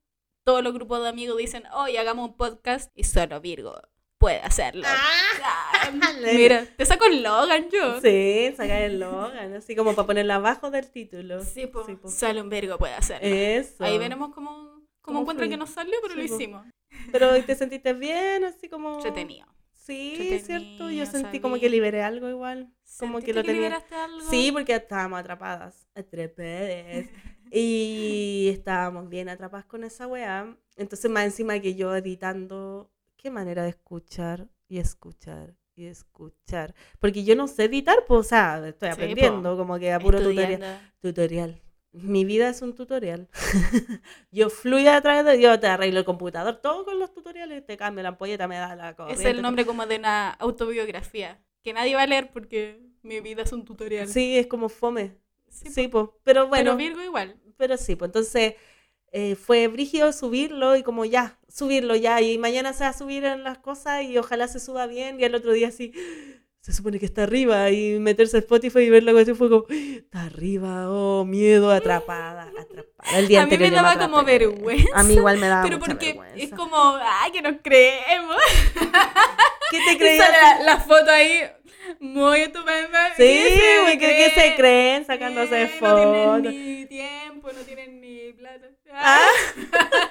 S3: todos los grupos de amigos dicen, hoy hagamos un podcast y solo Virgo puede hacerlo. Ah, Mira, te saco el Logan yo.
S2: Sí, sacar el Logan, así como para ponerla abajo del título.
S3: Sí, po.
S2: Sí, po.
S3: Solo un Virgo puede hacerlo.
S2: Eso.
S3: Ahí veremos cómo,
S2: Cómo
S3: cómo encuentran
S2: fluye.
S3: que nos salió, pero
S2: Sí,
S3: lo
S2: po.
S3: hicimos.
S2: Pero ¿y te sentiste bien, así como.
S3: Entretenido.
S2: Sí,
S3: Entretenido,
S2: cierto. Yo sentí como
S3: sabí.
S2: que liberé algo igual. Como que
S3: ¿Sentiste
S2: lo tenía.
S3: liberaste algo?
S2: Sí, porque estábamos atrapadas. Atrepedes. Y estábamos bien atrapadas con esa weá. Entonces, más encima que yo editando, qué manera de escuchar y escuchar y escuchar. Porque yo no sé editar, pues, o sea, estoy
S3: Sí, po.
S2: aprendiendo, como que a puro tutorial.
S3: Estudiando.
S2: Tutorial. Mi vida es un tutorial. yo fluyo a través de. Yo te arreglo el computador, todo con los tutoriales. Te cambio la ampolleta, me da la
S3: Es
S2: corriente,
S3: el nombre como de una autobiografía que nadie va a leer porque mi vida es un tutorial.
S2: Sí, es como fome.
S3: Sí,
S2: Sí,
S3: po.
S2: pues. Pero
S3: pero
S2: bueno.
S3: Virgo igual.
S2: pero sí, pues entonces eh, fue brígido subirlo y como ya, subirlo ya, y mañana se va a subir en las cosas y ojalá se suba bien y al otro día sí, se supone que está arriba y meterse a Spotify y ver la cuestión fue como, está arriba, oh, miedo, atrapada, atrapada. El día
S3: A mí me
S2: anterior yo
S3: daba
S2: atrapé.
S3: como vergüenza,
S2: A mí igual me daba
S3: pero
S2: mucha
S3: porque
S2: vergüenza.
S3: es como, ay, que nos creemos.
S2: ¿Qué te
S3: Y
S2: creías?
S3: sale la, la foto ahí, muy tu mamá.
S2: Sí, güey, que, que se creen sacándose
S3: No
S2: fotos.
S3: tienen ni tiempo, no tienen ni plata.
S2: Ah.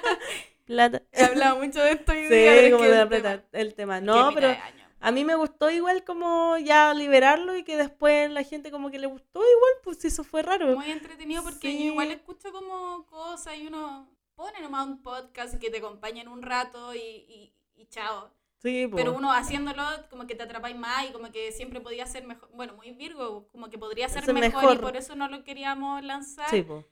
S2: Plata.
S3: He hablado mucho de esto y
S2: Sí, como de la plata, el tema. No, pero
S3: Año.
S2: A mí me gustó igual como ya liberarlo y que después la gente como que le gustó igual, pues eso fue raro.
S3: Muy entretenido porque
S2: Sí.
S3: yo igual escucho como cosas y uno pone nomás un podcast que te acompaña en un rato y, y, y chao.
S2: Sí, po.
S3: Pero uno haciéndolo como que te atrapáis más y como que siempre podía ser mejor. Bueno, muy Virgo, como que podría ser
S2: Ser
S3: mejor, y
S2: mejor.
S3: por eso no lo queríamos lanzar.
S2: Sí, po.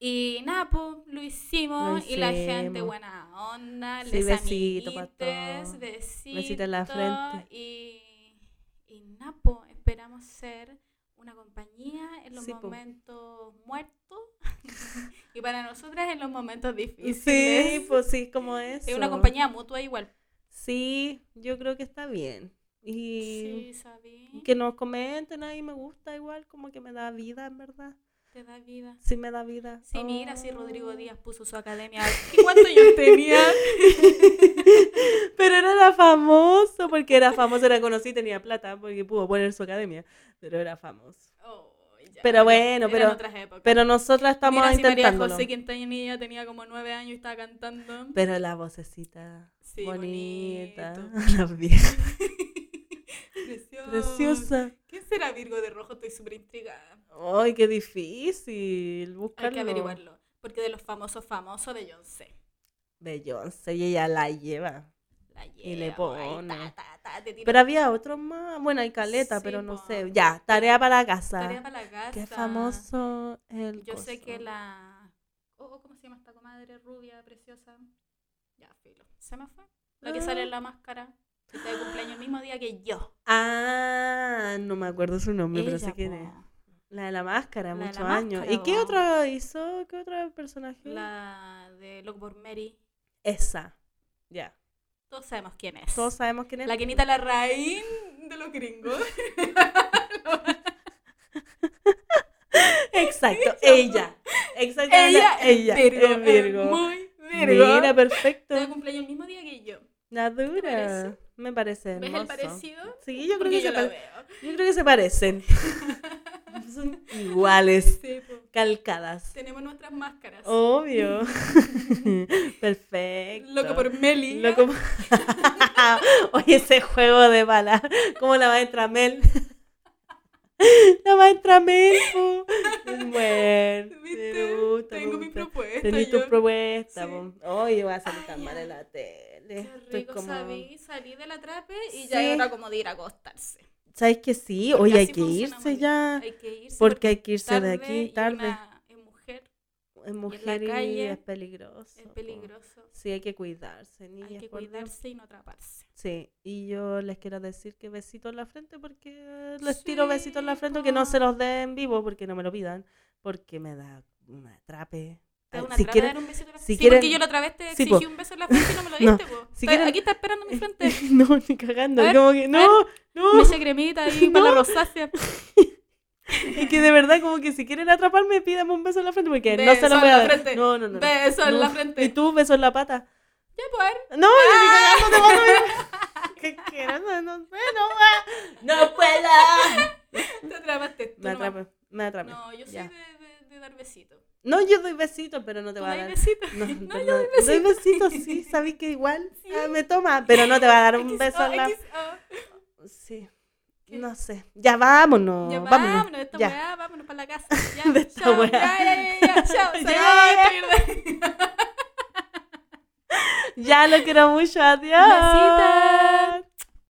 S3: Y nada, pues lo hicimos
S2: Lo
S3: y la gente
S2: hicimos.
S3: buena onda,
S2: Sí,
S3: les
S2: besito pa'
S3: amiguites,
S2: todos.
S3: besito,
S2: Besito en la frente.
S3: Y, y nada, po, esperamos ser una compañía en los
S2: Sí, po.
S3: momentos muertos y para nosotras en los momentos difíciles.
S2: Sí, pues sí, como es.
S3: Es una compañía mutua igual.
S2: Sí, yo creo que está bien. Y
S3: Sí, sabí,
S2: que nos comenten ahí me gusta igual, como que me da vida, en verdad.
S3: te da vida.
S2: Sí me da vida. Oh.
S3: Sí, mira, si
S2: sí
S3: Rodrigo Díaz puso su academia. ¿Y cuánto yo tenía?
S2: Pero no era famoso, porque era famoso, era conocido y tenía plata, porque pudo poner su academia, pero era famoso.
S3: Oh, ya,
S2: Pero bueno,
S3: eran
S2: pero-
S3: otras épocas.
S2: Pero nosotras estamos
S3: Mira, si
S2: intentando.
S3: María José Quintanilla tenía como nueve años y estaba cantando.
S2: Pero la vocecita
S3: Sí,
S2: bonita,
S3: bonito.
S2: la vieja
S3: Preciosa.
S2: preciosa.
S3: ¿Quién será Virgo de Rojo? Estoy súper intrigada.
S2: Ay, qué difícil buscarlo.
S3: Hay que averiguarlo. Porque de los famosos famosos de Beyoncé.
S2: Beyoncé, y ella la lleva.
S3: playera.
S2: Y le pone.
S3: ay, ta, ta, ta, te tira
S2: Pero había otros más. Bueno, hay caleta,
S3: Sí,
S2: pero no
S3: po.
S2: sé. Ya, tarea para la casa.
S3: tarea para la casa.
S2: Qué famoso el.
S3: Yo sé
S2: coso.
S3: que la. oh, oh, ¿Cómo se llama esta comadre rubia, preciosa? Ya, filo. ¿Se me fue? La que sale en la máscara. Que está de cumpleaños el mismo día que yo.
S2: Ah, no me acuerdo su nombre, pero
S3: Ella,
S2: sé quién es.
S3: po.
S2: La de la máscara,
S3: La de la
S2: muchos años.
S3: máscara,
S2: ¿Y qué
S3: po.
S2: otra hizo? ¿Qué otro personaje?
S3: La de Lockport Mary.
S2: Esa. Ya.
S3: Todos sabemos quién es.
S2: Todos sabemos quién es.
S3: La Kenita Larraín de los gringos.
S2: Exacto, ella. Exactamente
S3: ella,
S2: ella.
S3: es Virgo.
S2: es Virgo.
S3: es muy Virgo.
S2: Mira, perfecto.
S3: Está de cumpleaños el mismo día que yo.
S2: La dura.
S3: parece?
S2: Me parece
S3: ¿Ves
S2: hermoso.
S3: el parecido?
S2: Sí, yo creo,
S3: Porque
S2: que
S3: yo
S2: se
S3: lo
S2: pare-
S3: veo.
S2: yo creo que se parecen. Son iguales,
S3: Sí, po.
S2: calcadas.
S3: Tenemos nuestras máscaras.
S2: Oh, Obvio. Perfecto.
S3: Loco por Meli.
S2: Loco por- Oye, ese juego de bala. Como la maestra Mel. La maestra Mel. po. Bueno, me
S3: ¿Viste?
S2: gusta, me
S3: Tengo mi
S2: gusta.
S3: propuesta.
S2: Tenís
S3: yo.
S2: tu propuesta.
S3: Sí.
S2: po. Oye, voy a salir tan
S3: Ay,
S2: mal
S3: ay.
S2: en la tele.
S3: Qué
S2: Estoy
S3: rico, sabí, salí de la trape y ya
S2: Sí.
S3: era como de ir a acostarse.
S2: ¿Sabes que sí?
S3: Porque
S2: Oye, hay
S3: así
S2: que
S3: funciona,
S2: irse
S3: mamita.
S2: ya.
S3: Hay que irse
S2: Ah, Porque hay que irse de
S3: tarde
S2: aquí
S3: y
S2: tarde.
S3: una- es mujer,
S2: Es mujer y,
S3: calle,
S2: es peligroso.
S3: es
S2: po.
S3: peligroso.
S2: Sí, hay que cuidarse, niñas.
S3: Hay que
S2: por Dios.
S3: cuidarse y no atraparse.
S2: Sí, y yo les quiero decir que besito en la frente porque les tiro besito en la
S3: Sí,
S2: frente, que no se
S3: po.
S2: los dé en vivo porque no me lo pidan, porque me da una atrape.
S3: Te da
S2: Ay,
S3: una
S2: Ah, si
S3: traba
S2: quieren-
S3: dar un besito en la
S2: si
S3: frente. sí,
S2: quieren-
S3: porque yo la otra vez te
S2: sí,
S3: exigí
S2: po.
S3: un beso en la frente y no me lo
S2: No,
S3: diste, po.
S2: si
S3: Está-
S2: quieren-
S3: Aquí está esperando mi frente.
S2: no, ni cagando,
S3: A ver,
S2: como que no, no,
S3: Mesa cremita ahí para la rosácea.
S2: es que de verdad como que si quieren atraparme pídanme un beso en la frente porque no
S3: Beso
S2: se los
S3: en
S2: voy a
S3: la
S2: dar.
S3: frente,
S2: No, no, no. no,
S3: beso en
S2: no.
S3: la frente.
S2: Y tú beso en la pata.
S3: Ya, pues.
S2: No, yo ni cagando te vas a ver. ¿Qué quieras? No, no sé, no va. No puedo.
S3: Te atrapaste. tú
S2: Me
S3: nomás.
S2: atrapé, me atrapé.
S3: No, yo soy
S2: Ya.
S3: de, de- de dar besitos.
S2: No, yo doy besitos, pero no te
S3: ¿Tú
S2: va a
S3: dais
S2: dar.
S3: besitos?
S2: No,
S3: No,
S2: te-
S3: yo doy
S2: no- doy besitos, sí, sabí que igual ah, me toma, pero no te va a dar un beso en la...
S3: XO.
S2: Sí, no sé. Ya vámonos,
S3: Ya
S2: vámonos.
S3: vámonos, de esta
S2: ya.
S3: weá, vámonos para la casa. Ya,
S2: De esta
S3: chao,
S2: weá.
S3: ya, ya, ya, ya, chao.
S2: Ya,
S3: se
S2: ya.
S3: va a ir.
S2: Ya lo quiero mucho, adiós.
S3: Besitos.